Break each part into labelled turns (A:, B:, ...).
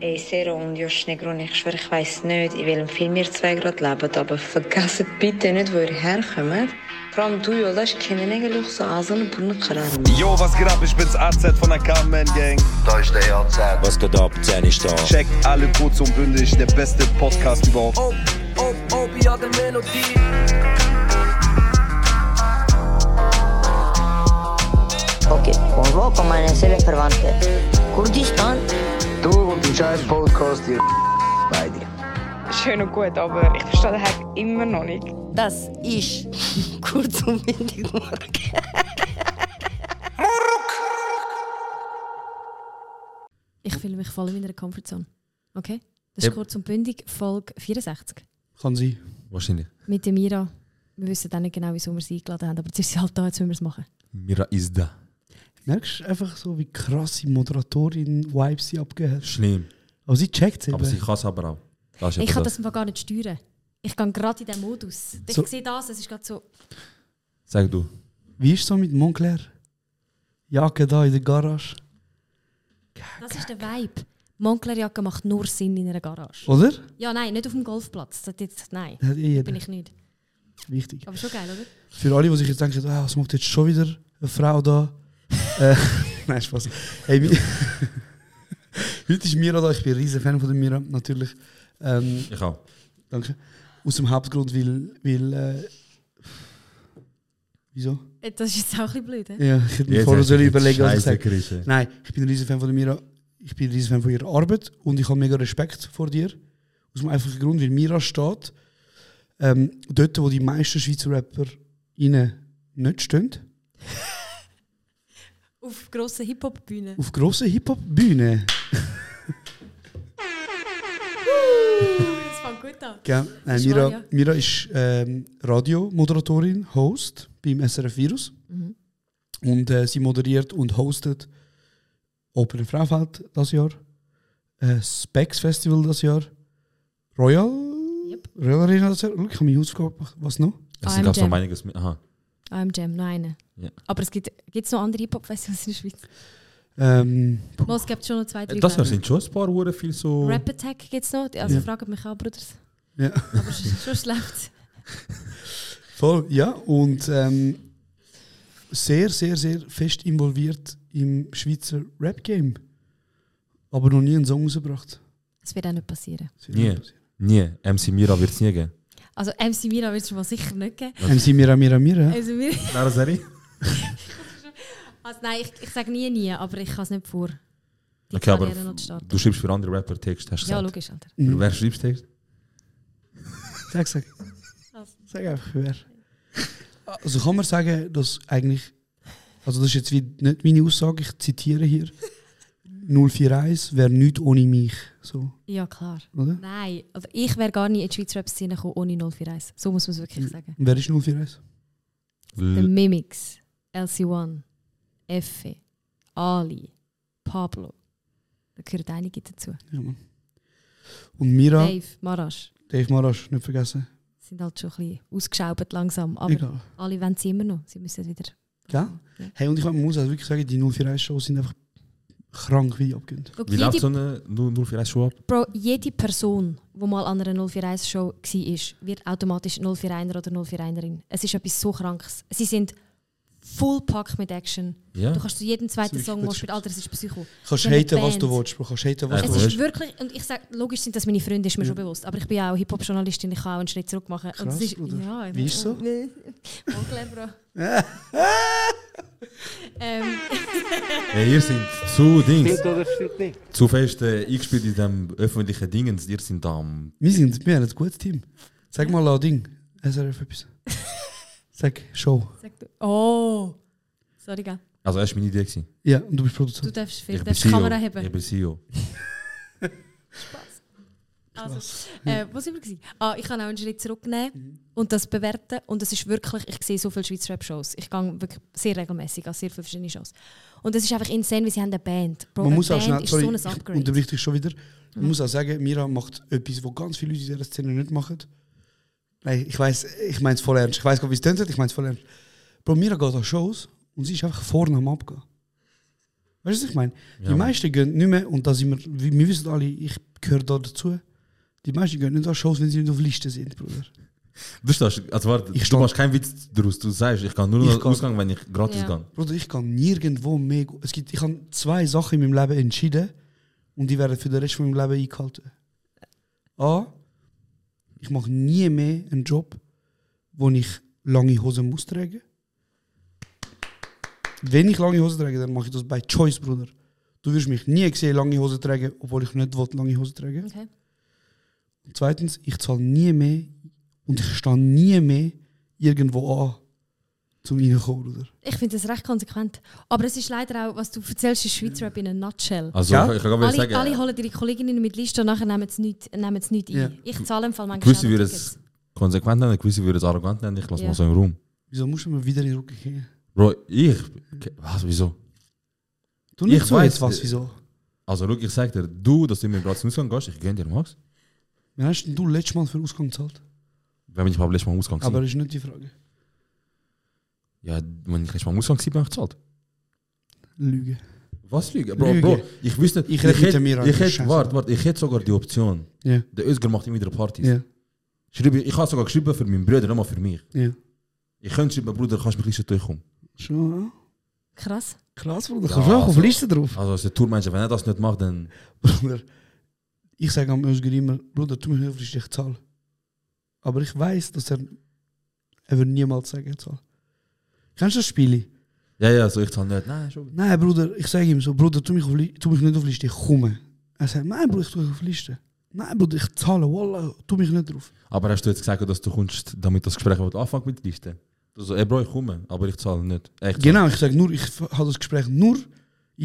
A: Ey, Sero und Joschnegrun, ich schwöre, ich weiss nicht, in welchem Film ihr zwei gerade lebt, aber vergesst bitte nicht, wo ihr herkommt. Vor allem du, Yoldaş, kendine gel yoksa ağzını burnunu kırarım.
B: Yo, was geht ab? Ich bin's AZ von der Carmen Gang.
C: Da ist der EAZ.
D: Was geht ab? Zehn ist da.
B: Checkt alle kurz und bündig, der beste Podcast überhaupt.
E: Op, op, opiate melodie.
F: Ok, convoco amanecer fervante. Kurdistan
G: Du und dein scheiß Podcast, ihr beide.
H: schön und gut, aber ich verstehe den Hack immer noch nicht.
I: Das ist kurz und bündig morgen.
J: Ich fühle mich voll in meiner Comfortzone. Okay? Das ist
D: Ja.
J: kurz und bündig, Folge 64.
K: Kann sein.
D: Wahrscheinlich.
J: Mit der Mira. Wir wissen auch nicht genau, wieso wir sie eingeladen haben, aber jetzt ist sie halt da, jetzt müssen wir es machen.
D: Mira ist da.
K: Merkst du einfach so, wie krass die Moderatorin-Vibes sie abgehört hat?
D: Schlimm.
K: Aber sie checkt es
D: Aber
K: eben.
D: sie kann es aber auch. Das ist
J: ich
D: eben
J: kann
D: das.
J: das einfach gar nicht steuern. Ich gehe gerade in den Modus. Ich
K: So-
J: sehe das, es ist gerade so.
D: Sag du.
K: Wie ist so mit Moncler? Jacke da in der Garage,
J: Das ist der Vibe. Moncler-Jacke macht nur Sinn in einer Garage.
K: oder?
J: Ja, nein, nicht auf dem Golfplatz. Das jetzt, nein,
K: Oh. Das hat eh
J: bin
K: jeder.
J: ich nicht.
K: Wichtig.
J: Aber schon geil, oder?
K: Für alle, die sich jetzt denken, ah, was macht jetzt schon wieder eine Frau da? äh, nein, Spaß. Hey, mi- Heute ist Mira da, ich bin ein riesen Fan von der Mira, natürlich. Ähm,
D: Ich auch.
K: danke. Aus dem Hauptgrund, weil... weil äh, wieso?
J: Äh, Das ist jetzt auch ein bisschen blöd. hä?
K: Ja, ich hätte mir
D: Jetzt
K: vorher
D: hast du
K: sollen
D: die
K: überlegen, was ich
D: Scheiße
K: sage.
D: gerissen.
K: Nein, ich bin ein riesen Fan von der Mira. Ich bin ein riesen Fan von ihrer Arbeit und ich habe mega Respekt vor dir. Aus dem einfachen Grund, weil Mira steht ähm, dort, wo die meisten Schweizer Rapper innen nicht stehen.
J: Auf grossen Hip-Hop-Bühnen.
K: Auf grossen Hip-Hop-Bühnen.
J: Das fängt gut an.
K: Gell? Nein,
J: Ist
K: Mira,
J: wahr, ja.
K: Mira ist ähm, Radiomoderatorin, Host beim SRF Virus.
J: Mhm.
K: Und äh, sie moderiert und hostet Open in Frauenfeld das Jahr, äh, Specs Festival das Jahr, Royal,
J: Yep.
K: Royal Arena das Jahr. Schau, Ich habe mich ausgehabt, was noch?
D: Es
J: I'm
D: gab noch
J: Jam.
D: einiges mit. Aha.
J: Ah, im Jam, noch einen.
D: Ja.
J: Aber es gibt gibt's noch andere Hip-Hop-Festivals in der Schweiz.
K: Ähm,
J: Mal, es gibt schon noch zwei, drei.
D: Das
J: glaub
D: Jahr
J: ich.
D: sind schon ein paar Uhren viel so.
J: Rap Attack gibt es noch. Also
K: Ja.
J: fragt mich auch, Bruders.
K: ja.
J: Aber sch- schon schlecht.
K: Voll, ja. Und ähm, sehr, sehr, sehr fest involviert im Schweizer Rap-Game. Aber noch nie einen Song rausgebracht.
J: Das wird auch nicht passieren.
K: Sehr
D: Nie.
K: gut.
D: Nie. MC Mira wird es nie geben.
J: Also MC Mira wird es schon mal sicher nicht geben.
K: MC Mira Mira Mira.
J: Also, wir,
D: Nein, sorry.
J: also nein, ich, ich sage nie nie, aber ich kann es nicht vor. Die
D: Okay, aber
J: Karriere noch zu starten.
D: du schreibst für andere Rapper Text, hast du
J: Ja,
D: gesagt.
J: logisch, Alter.
D: Für wer schreibst Text?
K: Sag, sag. Sag einfach wer. Also kann man sagen, dass eigentlich. Also, das ist jetzt wie, nicht meine Aussage, ich zitiere hier. 041 wäre nichts ohne mich. So,
J: Ja, klar.
K: oder?
J: Nein, also ich wäre gar nicht in die Schweizer Rap-Szene gekommen ohne 041. So muss man es wirklich sagen.
K: Und wer ist 041?
J: The
D: L-
J: Mimics, LC1, Effe, Ali, Pablo. Da gehören einige dazu.
K: Ja, Mann. Und Mira,
J: Dave, Marasch.
K: Dave Marasch, nicht vergessen.
J: Sind halt schon ein bisschen ausgeschaubt langsam. Aber
K: Egal.
J: alle wollen sie immer noch. Sie müssen wieder.
K: Ja? Hey, und ich muss also wirklich sagen, die 041-Shows sind einfach krank wie abgehend.
J: Schau,
D: Wie läuft
J: jede,
D: so eine 041 Schuhe ab?
J: Bro, jede Person, die mal an einer 041-Show war, wird automatisch 041er oder 041erin. Es ist etwas so Krankes. Sie sind full pack mit Action.
D: Ja.
J: Du kannst zu jedem zweiten
K: wirklich
J: Song,
K: gut.
J: du spielst, Alter, es ist Psycho.
K: Kannst
J: So eine
K: haten, was du
J: Band.
K: willst, Bro. Kannst haten, was
D: Ja,
K: du
J: Es
D: voll.
K: willst.
J: ist wirklich, und ich sage, logisch sind das meine Freunde, ist mir schon bewusst, aber ich bin auch Hip-Hop-Journalistin, ich kann auch einen Schritt zurück machen. und
K: Krass,
J: es ist,
K: Bruder.
J: ja,
K: Wie ist so?
J: Onkel, Bro. ähm,
D: Hey, ihr seid zu Dings. Zu fest äh, eingespielt in dem öffentlichen Dingens. Ihr seid am.
K: Wir sind wir haben ein gutes Team. Sag mal ein Ding. SRF etwas. Sag Show.
J: sag du. Oh! Sorry, gell.
D: Also, das war meine Idee. gewesen.
K: Ja, und du bist
J: Du
K: Produzent.
J: darfst viel,
D: Ich
J: du
D: bin
J: darfst die
D: CEO.
J: Kamera
D: Ich
J: heben.
D: bin CEO.
J: Also, äh, wo sind wir? Gewesen? Ah, ich kann auch einen Schritt
K: Mhm.
J: zurücknehmen und das bewerten. Und es ist wirklich, ich sehe so viele Schweizer Rap-Shows. Ich gehe wirklich sehr regelmäßig an sehr viele verschiedene Shows. Und es ist einfach insane, wie sie haben eine Band. Bro,
K: Man
J: eine
K: muss auch
J: Band
K: schnell,
J: ist
K: sorry,
J: so ein
K: ich
J: Upgrade. Mhm.
K: unterbricht dich schon wieder. Man muss auch sagen, Mira macht etwas, was ganz viele Leute in dieser Szene nicht machen. Nein, ich weiß, ich meine es voll ernst. Ich weiß gar nicht, wie es tönt, ich meine es voll ernst. Bro, Mira geht an Shows und sie ist einfach vorne am Abgehen. Weißt du, was ich meine?
D: Ja,
K: die
D: Mann.
K: meisten gehen nicht mehr, und da sind wir, wie- wir wissen alle, ich gehöre da dazu, die meisten gehen nicht an Shows, wenn sie nicht auf Liste sind, Bruder.
D: Du stehst, also warte,
K: Ich
D: du
K: stand-
D: machst keinen Witz daraus. Du sagst, ich kann nur
K: Ich
D: noch
K: kann-
D: Ausgang, wenn ich gratis
J: Ja.
D: gehe.
K: Bruder, ich kann nirgendwo mehr. gu- Es gibt, ich habe zwei Sachen in meinem Leben entschieden und die werden für den Rest von meinem Leben eingehalten. A. Ich mache nie mehr einen Job, wo ich lange Hosen muss tragen. Wenn ich lange Hosen trage, dann mache ich das bei Choice, Bruder. Du wirst mich nie sehen, lange Hosen tragen, obwohl ich nicht wollte, lange Hosen tragen.
J: Okay.
K: Und zweitens, ich zahle nie mehr und ich stehe nie mehr irgendwo an, zum reinkommen, Bruder.
J: Ich finde das recht konsequent. Aber es ist leider auch, was du erzählst, ist Schweizer Rap in a nutshell.
D: Also,
K: Ja.
D: ich, ich kann gerade
J: alle,
D: sagen,
J: alle holen ihre Kolleginnen mit Liste und nachher nehmen es nicht, nehmen es nicht ein.
K: Ja.
J: Ich zahle im Fall manchmal
D: äh, gewisse würden es konsequent nennen, gewisse würden es arrogant nennen. Ich lasse
J: Ja.
D: mal so im Raum.
K: Wieso musst du mir wieder in den Rücken gehen?
D: Bro, ich. Was, wieso?
K: Du nicht
D: Ich
K: so
D: weiß,
K: jetzt was,
D: äh,
K: wieso?
D: Also, schau, ich sag dir, du, dass du mir gerade zum Ausgang gehst, ich gönn dir, Max.
K: Wie hast denn du letztes Mal für Ausgang gezahlt?
D: Wenn ich beim letzten Mal am Ausgang
K: Aber
D: war.
K: das ist nicht die Frage.
D: Ja, wenn ich letztes Mal am Ausgang war, bin ich gezahlt.
K: Lüge.
D: Was Lüge? Bro,
K: Lüge.
D: Bro, ich wüsste
K: Ich rede mit
D: hätte-
K: dem Miran,
D: Ich
K: Scheiße.
D: hätte, warte, warte, ich hätte sogar die Option.
K: Ja.
D: Der Özger macht immer wieder Partys.
K: Ja,
D: Schreibe, ich habe sogar geschrieben für meinen Bruder, nicht mal für mich.
K: ja.
D: Ich könnte schreiben, Bruder, kannst du mich ein bisschen durchkommen?
K: Schon, ja?
J: Krass.
K: Krass, Bruder.
D: Ja,
K: Kannst du auch auf
D: also-
K: Liste drauf?
D: Also, als der Tourmanager, wenn er das nicht macht, dann.
K: Bruder, ich sage am Özgür immer, Bruder, tu mir hilfreich, ich zahle. Aber ich weiß, dass er, er wird niemals sagen, er zahlt. Kennst du das Spiel?
D: Ja, ja, so ich zahle nicht. Nein, schon.
K: Nein, Bruder, ich sage ihm so, Bruder, tu mich, auf, Li- tu mich nicht auf Liste, ich komme. Er sagt, nein, Bruder, ich tu mich auf Liste. Nein, Bruder, ich zahle, Wallah, tu mich nicht drauf.
D: Aber hast du jetzt gesagt, dass du kommst, damit das Gespräch wird anfangen mit der Liste? Also, ey, Bro, ich komme, aber ich zahle nicht. Ey, ich zahle.
K: Genau, ich sage nur, ich f- habe das Gespräch nur in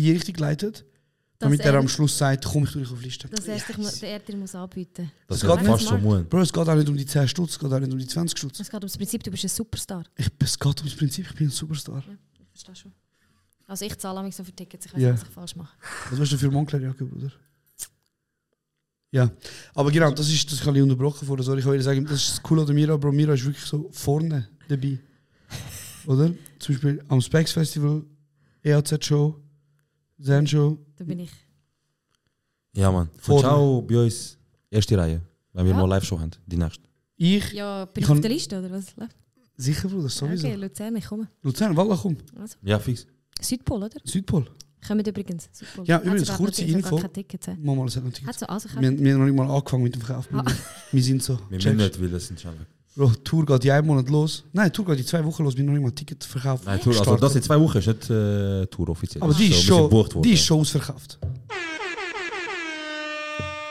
K: die Richtung geleitet, damit er,
J: er-
K: am Schluss sagt, komm ich durch auf die Liste.
J: Dass er sich,
K: Yes.
J: mu- der dir muss anbieten
D: Das
K: Das
D: geht
K: geht
D: fast
J: nicht.
D: so muhen.
K: Bro, es geht auch nicht um die 10 Stutz, es geht auch nicht um die 20 Stutz.
J: Es geht ums Prinzip, du bist ein Superstar.
K: Ich, es geht ums Prinzip, ich bin ein Superstar.
J: Ich verstehe schon. Also ich zahle manchmal so für Tickets, ich weiß
K: Ja.
J: nicht, was ich falsch mache.
K: Was hast du für Moncler-Jacke, Bruder? Ja, aber genau, das ist, das kann ich unterbrochen vorher, sorry, ich wollte sagen, das ist das Coole an Mira, Bro, Mira ist wirklich so vorne dabei. Oder? Zum Beispiel am Specs Festival, E EAZ-Show, Zen-Show,
J: Da bin ich.
D: Ja, Mann.
K: Vorne.
D: Von Ciao bei uns, erste Reihe. Wenn wir
J: Ja.
D: mal Live-Show haben, die nächste.
K: ich,
J: Ja, bin
K: Ich
J: ich auf
K: kann-
J: der Liste, oder was? Ja,
K: sicher, Bruder, sowieso.
J: Okay, Luzern, ich komme.
K: Luzern, Wallah, komm,
D: Ja, fix.
J: Südpol, oder?
K: Südpol.
J: Kommen übrigens. Südpol. Also,
K: Ja,
J: Hat
K: übrigens,
J: sogar-
K: kurze
J: hat sogar
K: Info.
J: keine Tickets, hä?
K: Mama, das hat noch Tickets.
J: Hat so, also
K: Wir, wir haben noch nicht mal angefangen mit dem Verkauf.
J: Ah.
K: Wir sind so.
D: Wir müssen
K: checkst.
D: nicht, weil das sind schon weg.
K: Bro, die Tour geht in einem Monat los. Nein, die Tour geht in zwei Wochen los. Wir haben noch nicht mal Ticket verkauft.
D: Nein, Tour, also
K: Starten.
D: das in zwei Wochen ist nicht äh, Tour offiziell.
K: Aber
D: Das
K: die
D: so
K: ist,
D: ein bisschen gebucht
K: schon,
D: worden.
K: die ist schon ausverkauft.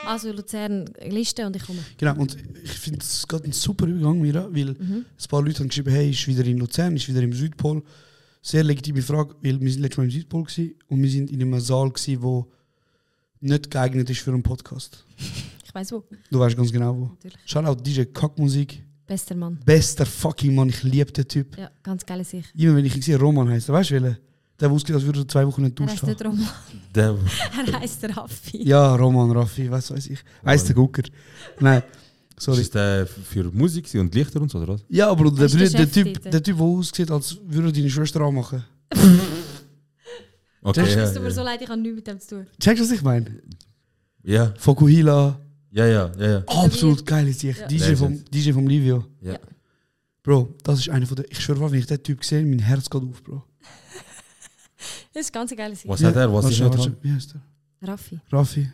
J: also Luzern, Liste und ich komme.
K: Genau. Und ich finde, es geht ein super Übergang, Mira, weil ein paar Leute haben geschrieben, hey, ist wieder in Luzern, ist wieder im Südpol. Sehr legitime Frage, weil wir sind letztes Mal im Südpol gewesen und wir sind in einem Saal gewesen, wo nicht geeignet ist für einen Podcast.
J: Ich weiß wo.
K: Du weißt ganz genau wo.
J: Natürlich.
K: Shoutout DJ Kackmusik.
J: Bester Mann.
K: Bester fucking Mann, ich liebe den Typ.
J: Ja, ganz geile Sicht.
K: Immer wenn ich ihn sehe, Roman heißt er, weißt du welcher? Der, der ausgeht, als würde er zwei Wochen nicht
J: Er heisst
K: duschen.
J: nicht Roman,
D: Der,
J: er heisst Raffi.
K: Ja, Roman, Raffi, was weiß ich. Heißt der Gucker. Nein, sorry.
D: ist der für Musik und Lichter und so, oder was?
K: Ja, Bruder, der,
J: Hast du
K: Bruder, der,
J: Cheftitel?
K: typ, der Typ, der aussieht, als würde er deine Schwester anmachen.
D: Okay,
K: Das
D: ja,
J: Es tut mir so
D: ja.
J: leid, ich habe nichts mit dem zu tun.
K: Checkst du, was ich meine?
D: Ja,
K: Fokuhila,
D: ja, ja, ja, ja.
K: absolut geile Sicht. DJ, vom,
D: Legend.
K: DJ vom Livio.
D: ja.
K: Bro, das ist einer von der. Ich schwöre, wenn ich den Typ sehe, mein Herz geht auf, Bro.
J: Das ist ganz geile Sicht.
D: Was hat er, was
K: Warte,
D: ist nicht
K: warte,
D: dran?
K: Wie heißt er?
J: Raffi.
K: Raffi,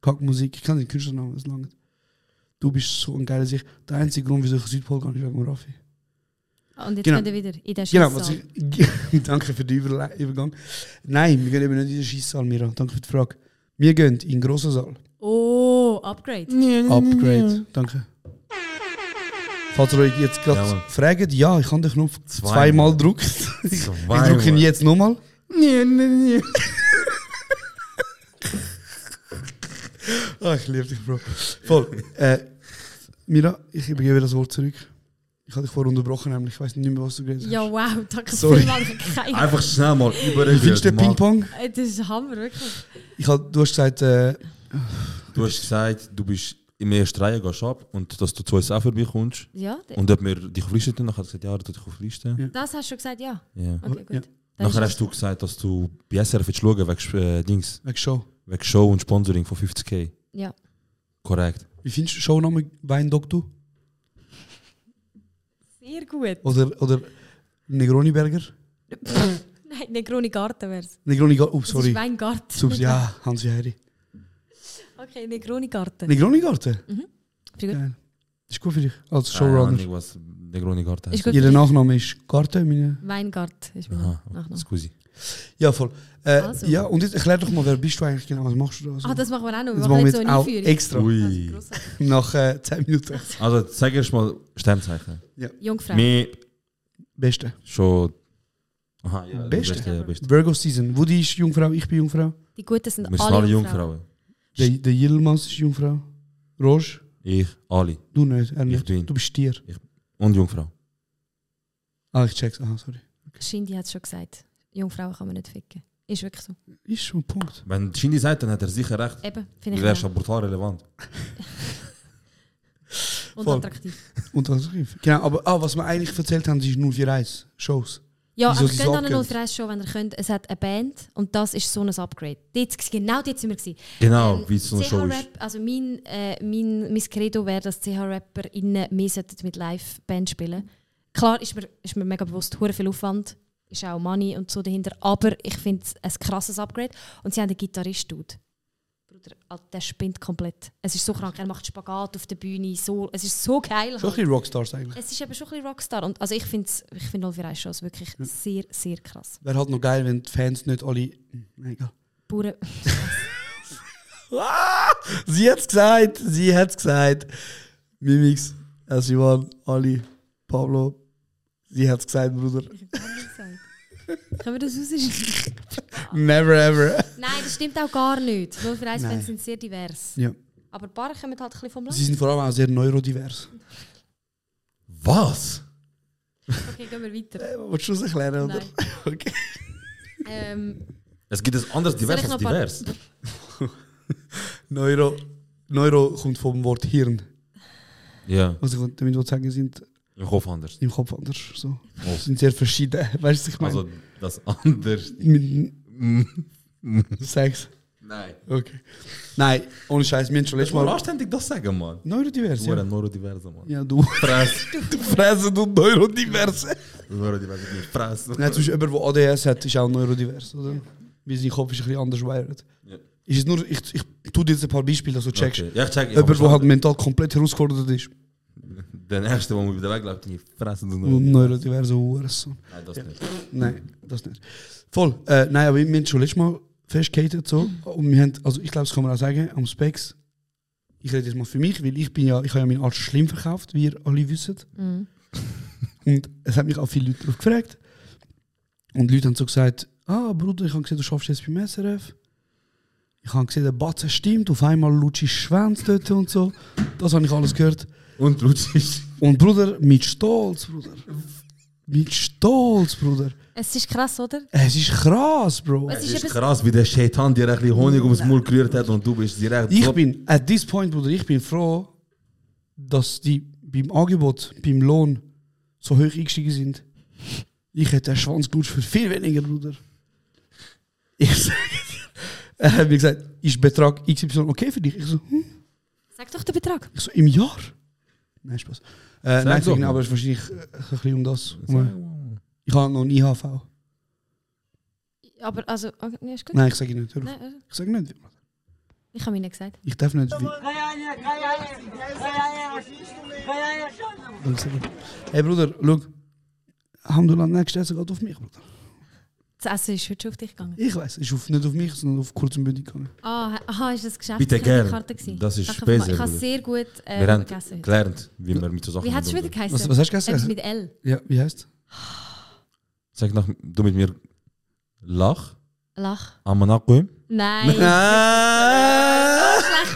K: Kackmusik. Ich kann den Künstlernamen, das lange. Du bist so ein geiler Sicht. Der einzige Grund, wieso ich Südpol gehe, ist wegen Raffi.
J: Ah, Und jetzt
K: Genau.
J: gehen wir wieder in
K: Genau,
J: den Schisssaal.
K: was ich, danke für den Überle Übergang. Nein, wir gehen eben nicht in den Schisssaal, Mira. Danke für die Frage. Wir gehen in den grossen Saal.
J: Oh, Upgrade.
K: Upgrade. Danke. Falls ihr euch jetzt gerade
D: Ja, Mann.
K: fragt, ja, ich habe den Knopf zweimal gedrückt. Ich
D: Zweimal.
K: drücke ihn jetzt nochmal. Ah, ich liebe dich, Bro. Voll. Äh, Mira, ich übergebe das Wort zurück. Ich habe dich vorher unterbrochen, nämlich ich weiß nicht mehr, was du geredet hast.
J: Ja, wow, danke
K: Sorry.
J: vielmals. Ich hab keine-
D: Einfach schnell mal über
K: Wie findest du den Ping-Pong?
J: Äh, Das ist Hammer, wirklich.
K: Ich hab, du hast gesagt, äh,
D: Du hast gesagt, du bist im ersten Reihe, gehst ab und dass du zwei Sachen vorbeikommst.
J: Ja, d-
D: Und ob wir dich auf Liste tun, dann hat er gesagt, ja, er tut dich auf Liste.
K: Ja.
J: das hast du schon gesagt, ja.
D: Ja.
J: Okay,
K: Ja.
J: gut. Dann
D: Nachher
J: ist
D: hast du gesagt, dass du bei SRF willst schauen wegen äh, Dings,
K: Wegen Show.
D: wegen Show und Sponsoring von 50k.
J: Ja.
D: Korrekt.
K: Wie findest du Showname Weindoktor?
J: Sehr gut.
K: Oder, oder Negroni Burger?
J: Nein, Negroni Garten wäre es.
K: Negroni, Gar- oh, sorry.
J: ist Weingarten.
K: Subs, ja, Hansi Heiri.
J: Okay, Negroni Garten.
K: Negroni Garten?
J: Mhm. Vind ik
K: Geil. Ist gut für dich als
D: Keine Ahnung,
K: Showrunner.
D: was Negroni Garten
J: Ist
D: heißt.
J: gut.
K: Ihr Nachname ist Garten, meine.
J: Weingarten ist mein
D: Aha,
J: Nachname.
D: scusi.
K: Ja, voll. Äh,
J: Also.
K: Ja, und jetzt erklär doch mal, wer bist du eigentlich genau? Was machst du da? so?
J: Ah, das machen wir auch noch.
K: das
J: Wir machen
K: machen
J: jetzt
K: wir jetzt
J: so eine
K: auch
J: Einführung.
K: extra.
J: Also,
D: Ui.
J: grossartig.
K: Nach äh, 10 Minuten.
D: Also sag erst mal Sternzeichen.
J: Jungfrau.
D: Mir
K: Beste.
D: schon. Aha, ja. du
K: Beste.
D: bist, äh, bist.
K: Virgo Season. Woody ist Jungfrau, ich bin Jungfrau.
J: Die Guten sind
D: Wir sind
J: alle
D: alle
J: Jungfrauen.
D: Jungfrauen.
K: Der, der Yilmaz ist Jungfrau. Roche,
D: Ich, alle.
K: du nicht. Er nicht.
D: bin-
K: Du bist Tier.
D: Und Jungfrau.
K: Ah, ich check's. Aha, sorry.
J: Schindy hat es schon gesagt. Jungfrauen kann man nicht ficken. Ist wirklich so.
K: Ist schon ein Punkt.
D: Wenn Shindy sagt, dann hat er sicher recht.
J: Eben, finde
D: Du
J: ich
D: wärst
J: auch.
D: ja brutal relevant.
J: Und
K: voll.
J: attraktiv.
K: Und das Riff. Genau, aber ah, was wir eigentlich erzählt haben, ist 041 Shows.
J: Ja,
K: Wieso
J: also
K: sie
J: geht
K: so
J: an eine
K: abgeht?
J: 03 Show, wenn ihr könnt. Es hat eine Band und das ist so ein Upgrade. nou, Dort, genau dort sind wir. Gewesen.
D: Genau,
J: Ähm,
D: wie es so eine Show ist.
J: CH-Rap, Also mein, äh, mein, mein Credo wäre, dass CH-Rapper innen mehr sollten mit Live-Band spielen Klar ist mir, ist mir mega bewusst, hure viel Aufwand, ist auch Money und so dahinter, aber ich finde es ein krasses Upgrade. Und sie haben einen Gitarrist tut. Bruder, Alter, der spinnt komplett. Es ist so krank, er macht Spagat auf der Bühne, so, es ist so geil.
K: Schon ein
J: Halt.
K: bisschen Rockstars eigentlich.
J: Es ist eben schon ein bisschen Rockstar. Und also ich finde ich find Olivia Shows wirklich sehr, sehr krass.
K: Wäre halt noch geil, wenn die Fans nicht alle. hm, Nein, egal.
J: Bauern,
K: Ah, sie hat's gesagt, sie hat's gesagt. Mimix, Asiwan, Ali, Pablo. Sie hat's gesagt, Bruder.
J: können wir das rausschneiden?
K: Never ever.
J: Nein, das stimmt auch gar nicht. 041
K: Nein.
J: Fans sind sehr divers.
K: Ja.
J: Aber ein paar kommen halt ein bisschen vom Land.
K: Sie sind vor allem auch sehr neurodivers.
D: Was?
J: Okay, gehen wir weiter.
K: Äh, Willst du das erklären, oder?
J: Nein.
K: Okay.
J: Ähm,
D: Es gibt ein anderes
J: soll
D: Divers
J: ich
D: als
J: noch ein paar-
D: Divers.
K: Neuro, Neuro kommt vom Wort Hirn.
D: Ja,
K: Was ich damit will sagen sind
D: im Kopf anders.
K: im Kopf anders. So.
D: Oh.
K: Sind sehr verschieden. Weißt du, was ich meine?
D: Also das anders.
K: Mit Sex.
D: Nein.
K: Okay. Nein, ohne Scheiß, wir haben schon
D: Lass
K: letztes
D: mal
K: Mal.
D: anständig das sagen, Mann.
K: Neurodivers,
D: Du bist ein
K: ja.
D: Neurodiverser, Mann.
K: Ja, du.
D: Fress.
K: Du Fresse, du Neurodiverse.
D: Neurodiverser, du Fress.
K: Nein, zum Beispiel jemand, der ADS hat, ist auch neurodivers, oder? Weil sein Kopf ist ein bisschen anders wired.
D: Ja.
K: Ist es nur, ich, ich tue dir jetzt ein paar Beispiele, dass du checkst.
D: Okay. Ja, ich check. ich hab
K: Jemand, der halt
D: verstanden.
K: mental komplett herausgefordert ist.
D: Den ersten, der mir wieder wegläuft, die fressen du
K: Und neurodivers,
D: Neurodiverser.
K: Hurensohn.
D: Nein, das nicht.
K: Nein, das nicht. Voll. Äh, nein, aber wir haben schon letztes Mal festgehatet, so. Und wir haben, also ich glaube, das kann man auch sagen, am Specs. Ich rede jetzt mal für mich, weil ich bin ja, ich habe ja meinen Arzt schlimm verkauft, wie ihr alle wisst.
J: mhm.
K: Und es haben mich auch viele Leute darauf gefragt. Und die Leute haben so gesagt: Ah, Bruder, ich habe gesehen, du schaffst jetzt beim SRF. Ich habe gesehen, der Batzen stimmt, auf einmal lutscht Schwanz dort und so. Das habe ich alles gehört.
D: Und Lutsch.
K: Und Bruder, mit Stolz, Bruder. Mit Stolz, Bruder.
J: Es ist krass, oder?
K: Es ist krass, Bro.
J: Es
D: Es
J: ist
D: ist
J: etwas,
D: krass, wie der Shaitan dir ein bisschen Honig ums Maul gerührt hat und du bist direkt.
K: Ich
D: so-
K: bin, at this point, Bruder, ich bin froh, dass die beim Angebot, beim Lohn so hoch eingestiegen sind. Ich hätte einen Schwanz gelutscht für viel weniger, Bruder. Ich sage dir, er hat mir gesagt, ist Betrag XY okay für dich? Ich so, hm?
J: sag doch den Betrag.
K: ich so im Jahr? Nein, Spaß. Äh, nein,
D: doch
K: sag ich nicht,
D: mal.
K: aber es ist wahrscheinlich äh, ein bisschen um das. Ich habe noch einen IHV.
J: Aber also, okay, nee, ist gut.
K: Nein, ich sage nicht. Hör auf.
J: Nein, also,
K: Ich sage nicht.
J: ich habe ihnen gesagt.
K: Ich darf nicht. wie- Also, Hey Bruder, schau. Alhamdulillah, nächste Essen geht auf mich, Bruder.
J: Das Essen ist heute schon auf dich gegangen.
K: Ich weiß, ist auf, nicht auf mich, sondern auf kurz und bündig gegangen.
J: Ah, aha, ist das Geschäft?
D: Bitte gern.
J: Karte gewesen?
D: Das ist
J: Danke vielmals.
D: Speser,
J: Ich habe
D: Bruder.
J: sehr gut äh,
D: Wir haben
J: gegessen. heute.
D: gelernt, wie man mit so Sachen
J: Wie hat es wieder
D: umgeht.
J: geheißen?
K: Was, was hast du
J: Etwas
K: gesagt?
J: mit L.
K: Ja, wie heißt
D: Sag nach, du mit mir lach,
J: Lach.
D: Amanakum.
J: Nein, schlecht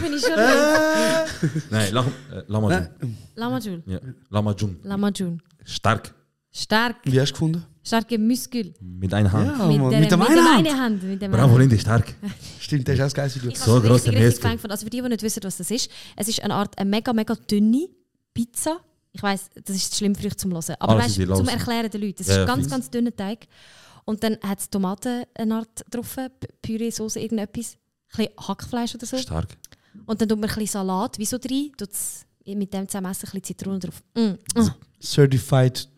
J: bin ich schon lange.
D: Nein, lach, äh, Lamajun.
J: Lamajul.
D: Ja, Lamajun.
J: Lamajul.
D: Stark.
J: Stark.
K: Wie hast du gefunden?
J: Starke Muskel.
D: Mit einer Hand.
K: Ja,
J: mit,
K: Mann,
J: der,
K: Oh, mit der
J: mit
K: einen Hand.
J: einen Hand. Mit der
D: Bravo, Lindy, stark.
K: Stimmt, das ist auch ein geiles Video.
J: Ich
D: So
J: habe
D: gross
J: es richtig,
D: der
J: richtig
D: Muskel.
J: fein gefunden. Also für die, die nicht wissen, was das ist, es ist eine Art eine mega, mega dünne Pizza. Ich weiss, das ist schlimm für euch zum Hören. Aber
D: Alles
J: weißt,
D: in Ah, die
J: zum
D: Lausen.
J: Erklären den Leuten. Es
D: Ja,
J: ist
D: ja,
J: ganz,
D: fix.
J: ganz dünner Teig. Und dann hat es Tomaten eine Art getroffen, P- Püree, Soße, irgendetwas. Ein bisschen Hackfleisch oder so.
D: Stark.
J: Und dann tut man ein bisschen Salat, wie so rein, tut's mit dem zusammen essen, ein bisschen Zitrone drauf. Mm. Ah.
D: Also
K: Certified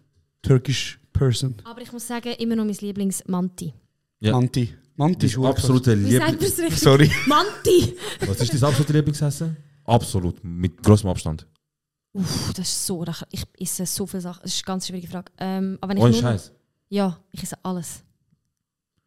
K: Turkish Person.
J: Aber ich muss sagen, immer noch mein Lieblingsmanti.
D: Ja.
K: Manti. Manti ist
D: Dein
K: verdammt krass.
D: absolute
J: Wie sagt man
D: Lieblings...
J: es richtig?
K: Sorry.
J: Manti!
D: Was ist dein absolute Lieblingsessen? Absolut. Mit grossem Abstand.
J: Uff, das ist so, lecker. ich esse so viele Sachen. Das ist eine ganz schwierige Frage. Ähm, aber wenn ich
D: Ohne
J: nur-
D: Scheiß.
J: Ja, ich esse alles.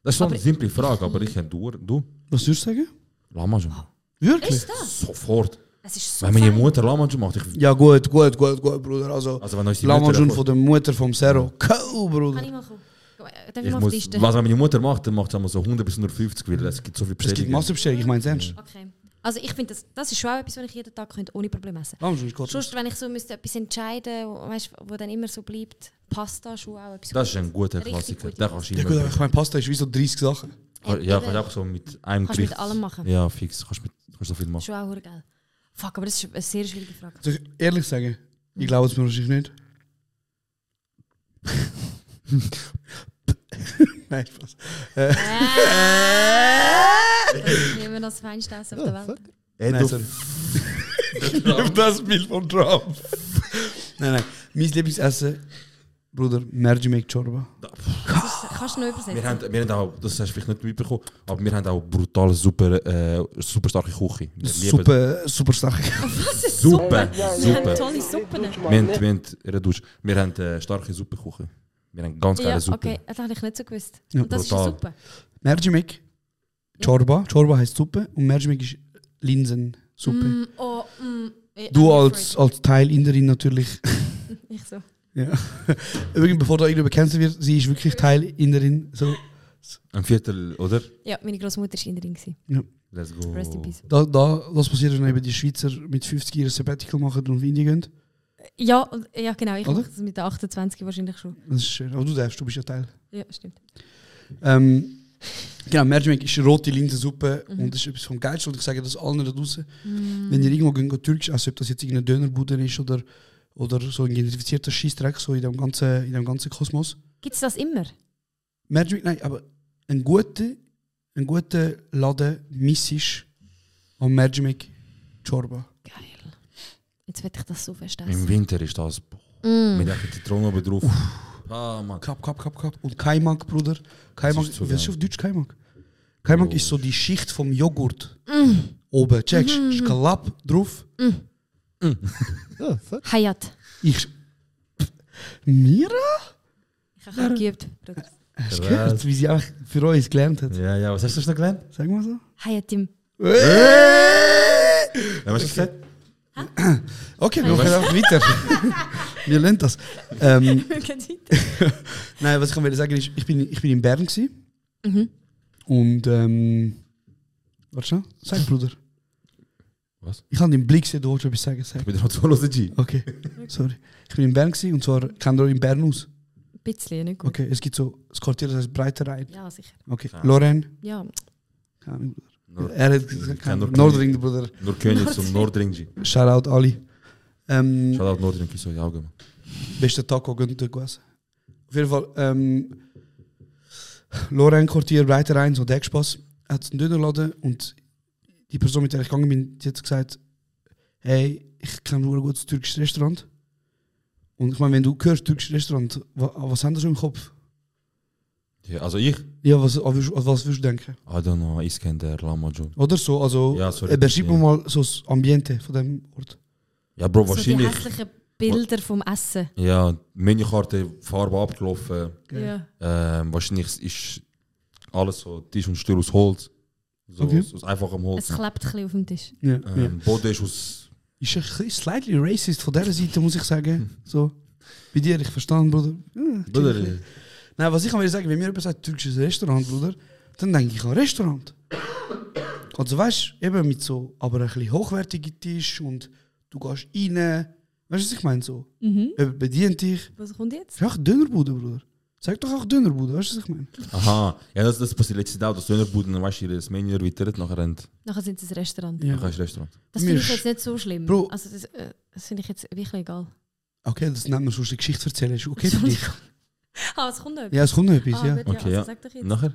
D: Das ist so
J: Aber-
D: eine simple Frage, aber ich habe du. Du?
K: Was würdest du sagen?
D: Lama schon.
K: Wirklich?
J: Ist das?
D: Sofort.
J: Es ist so
D: Wenn meine
J: fein.
D: Mutter Lama schon macht, ich...
K: Ja, gut, gut, gut, gut, Bruder. Also,
D: Also wenn euch die
K: Lama
D: Mutter...
K: Jun von der Mutter vom Sero. Cool,
J: Kann ich
K: Bruder.
J: mal kommen? äh, Darf ich,
D: ich
J: mal auf die
D: muss,
J: Liste?
D: was wenn meine Mutter macht, dann macht sie immer so 100 bis 150, weil es gibt so viel
K: Es gibt
D: Bestellungen.
K: Massenbestellung, ich meine es ernst.
J: Okay. Also ich finde, das, das ist schon auch etwas, was ich jeden Tag könnte, ohne Probleme essen
K: Lama Jun ist Gott.
J: Sonst, wenn ich so müsste etwas entscheiden müsste, weißt, du, wo dann immer so bleibt, Pasta schon auch etwas
D: Das ist ein guter
J: Richtig
D: Klassiker.
J: gute
D: Den kannst du
K: Ja, gut, aber
D: immer...
K: ich meine, Pasta ist wie so 30 Sachen.
J: Gutes.
D: Ja,
J: Eben,
D: kannst du auch so mit einem
J: Kannst mit
D: Gericht-
J: allem machen.
D: Ja, fix. Kannst mit kannst so viel machen.
J: Schon auch verdammt geil. Fuck, aber das ist eine sehr schwierige Frage.
K: Soll ich ehrlich sagen,
J: Hm.
K: ich glaube es mir wahrscheinlich nicht. Nein, Spaß.
J: Äh.
K: Äh.
J: Ich nehme das feinste Essen auf
D: Oh,
J: der Welt.
D: Ey,
K: Nein,
D: du-
K: sorry. Nimm das Bild von Trump. nein, nein. Mein Lieblingsessen, Bruder, Merjimek Chorba.
J: Das ist, kannst du noch
D: Wir
J: übersetzen?
D: haben, wir haben auch, das hast du vielleicht nicht mitbekommen, aber wir haben auch brutal super, äh, super starke Küche. Wir lieben
K: Super, super Sache.
D: Suppe.
J: Wir haben
D: Suppe.
J: tolle Suppen.
D: Wir haben, wir haben, Redusch, wir haben äh, starke Suppenküche. Wir haben ganz geile
J: Ja,
D: Suppe.
J: okay, das habe ich nicht so gewusst.
K: Ja,
J: Und das ist eine
D: brutal.
J: Suppe.
K: Merjimek Chorba. Chorba heißt Suppe und Merjimek ist Linsensuppe.
J: Mm, oh, mm, eh,
K: Du
J: I'm
K: als, als Teil Inderin natürlich.
J: afraid. Ich so.
K: Ja. Übrigens, bevor da irgendjemand gecancelt wird, sie ist wirklich Teil Inderin. So,
D: Ein Viertel, oder?
J: Ja, meine Großmutter war in der Ring.
D: Let's go.
J: Rest in peace.
K: da, da, was passiert, wenn eben die Schweizer mit 50 ihr Sabbatical machen und auf Indien gehen?
J: Ja, und- ja genau. Ich
K: Oder?
J: mache das mit der 28 wahrscheinlich schon.
K: Das ist schön. Aber du darfst, du bist ja Teil.
J: Ja, stimmt.
K: Ähm, genau, Merjimek ist rote Linsensuppe und das ist etwas vom Geilsten. Und ich sage das allen da draußen. Wenn ihr irgendwo gehen, geht türkisch essen, ob das jetzt irgendein Dönerbude ist oder, oder so ein gentrifizierter Scheißdreck so in dem ganzen, in dem ganzen Kosmos.
J: Gibt es das immer?
K: Merjimek, nein, aber ein guter, ein guter Laden missisch an Merjimek Chorba.
J: Geil. Jetzt werde ich das so fest
D: Im
J: essen.
D: Winter ist das.
J: Mm.
D: Mit einer Zitrone oben drauf. Ah, Mann.
K: Kap, kap, kap, kap. Und Kaimak, Bruder. Kaimak,
D: Das ist so
K: was ist
D: geil.
K: auf Deutsch Kaimak? Kaimak ist so die Schicht vom Joghurt. Oben, checkst. Mm. Skalab drauf.
J: Hayat.
K: Ich. Mira?
J: Ich habe geübt. Bruder.
K: Hast du gehört, wie sie auch für uns gelernt hat?
D: Ja, ja, was hast du schon gelernt?
K: Sag mal so.
J: Hayatim.
D: Ja, was hast du gesagt?
K: Okay, wir machen einfach weiter. wir lernen das. Ähm, nein, was ich wollte sagen ist, ich bin, ich bin in Bern. Gewesen.
J: Mhm.
K: Und. Ähm, warte schon. Sag, Bruder.
D: Was?
K: Ich habe den Blick gesehen, du wolltest etwas sagen. Sag.
D: Ich bin noch zu hören, G.
K: Okay, sorry. Ich bin in Bern gewesen, und zwar kennt ihr euch in Bern aus.
J: Ein bisschen, nicht gut.
K: Okay, es gibt so das Quartier, das heißt Breiterein.
J: Ja, sicher.
K: Okay, Loren.
J: Ja,
K: Keine Ahnung, Bruder.
D: Nor-
K: Er hat gesagt,
D: Kein
K: kein-
D: Nordring.
K: Nordring, Bruder.
D: Nur König zum Nordring, G.
K: Shoutout Ali. Ähm,
D: Shoutout Nordring, küsse euch die Augen. Mann.
K: beste Taco gönnt euch was. Auf jeden Fall, ähm, Loren Quartier, Breiterein, so Deckspass, hat einen Dönerladen und die Person, mit der ich gegangen bin, die hat gesagt, hey, ich kenne nur ein gutes türkisches Restaurant. Und ich meine, wenn du hörst, türkisches Restaurant, was, was haben das im Kopf?
D: Ja, also ich?
K: Ja, was, an was, an was würdest du denken?
D: I don't know, ich kenne der Lama John.
K: Oder so, also
D: Ja, sorry,
K: äh, beschreib
D: ja.
K: mir mal so das Ambiente von dem Ort.
D: Ja,
K: Oh,
D: Bro,
J: so die
D: wahrscheinlich.
J: hässlichen Bilder vom Essen.
D: Ja, Menükarte, Farbe eh. abgelaufen.
J: Ja.
D: Ähm, wahrscheinlich ist alles so Tisch und Stuhl aus Holz. So
K: Okay.
D: aus, aus einfachem Holz.
J: Es klebt ein bisschen auf dem Tisch.
K: Ja. ja.
D: Ähm, Boden ist aus.
K: Ist ein bisschen slightly racist von dieser Seite, muss ich sagen. So, bei dir, ich verstehe, Bruder. Ja,
D: Bruder,
K: chill. Nein, was ich kann mir sagen, wenn mir jemand sagt, türkisches Restaurant, Bruder, dann denke ich an Restaurant. Also weißt du, eben mit so, aber ein bisschen hochwertigen Tisch und du gehst rein. Weißt du, was ich meine? So, jemand bedient dich.
J: Was kommt jetzt?
K: Ist auch Dönerbude, Bruder. Sag doch auch Dönerbude, weißt du, was ich meine?
D: aha, ja, das, das passiert letztes Jahr, dass Dönerbuden, dann weißt du, das Menü erweitert, nachher rennt.
J: Nachher sind es ein Restaurant.
K: Ja.
D: Dann kannst du Restaurant.
J: Das
K: Mir
J: finde ich
K: ist-
J: jetzt nicht so schlimm.
K: Bro.
J: Also das, äh, das finde ich jetzt wirklich egal.
K: Okay, das nennt man sonst die Geschichte erzählen, ist okay für dich.
J: Ah, es kommt noch etwas.
K: Ja, es kommt noch etwas,
J: Ah,
K: ja.
J: gut,
D: Okay, ja.
J: also Sag doch jetzt.
D: Nachher?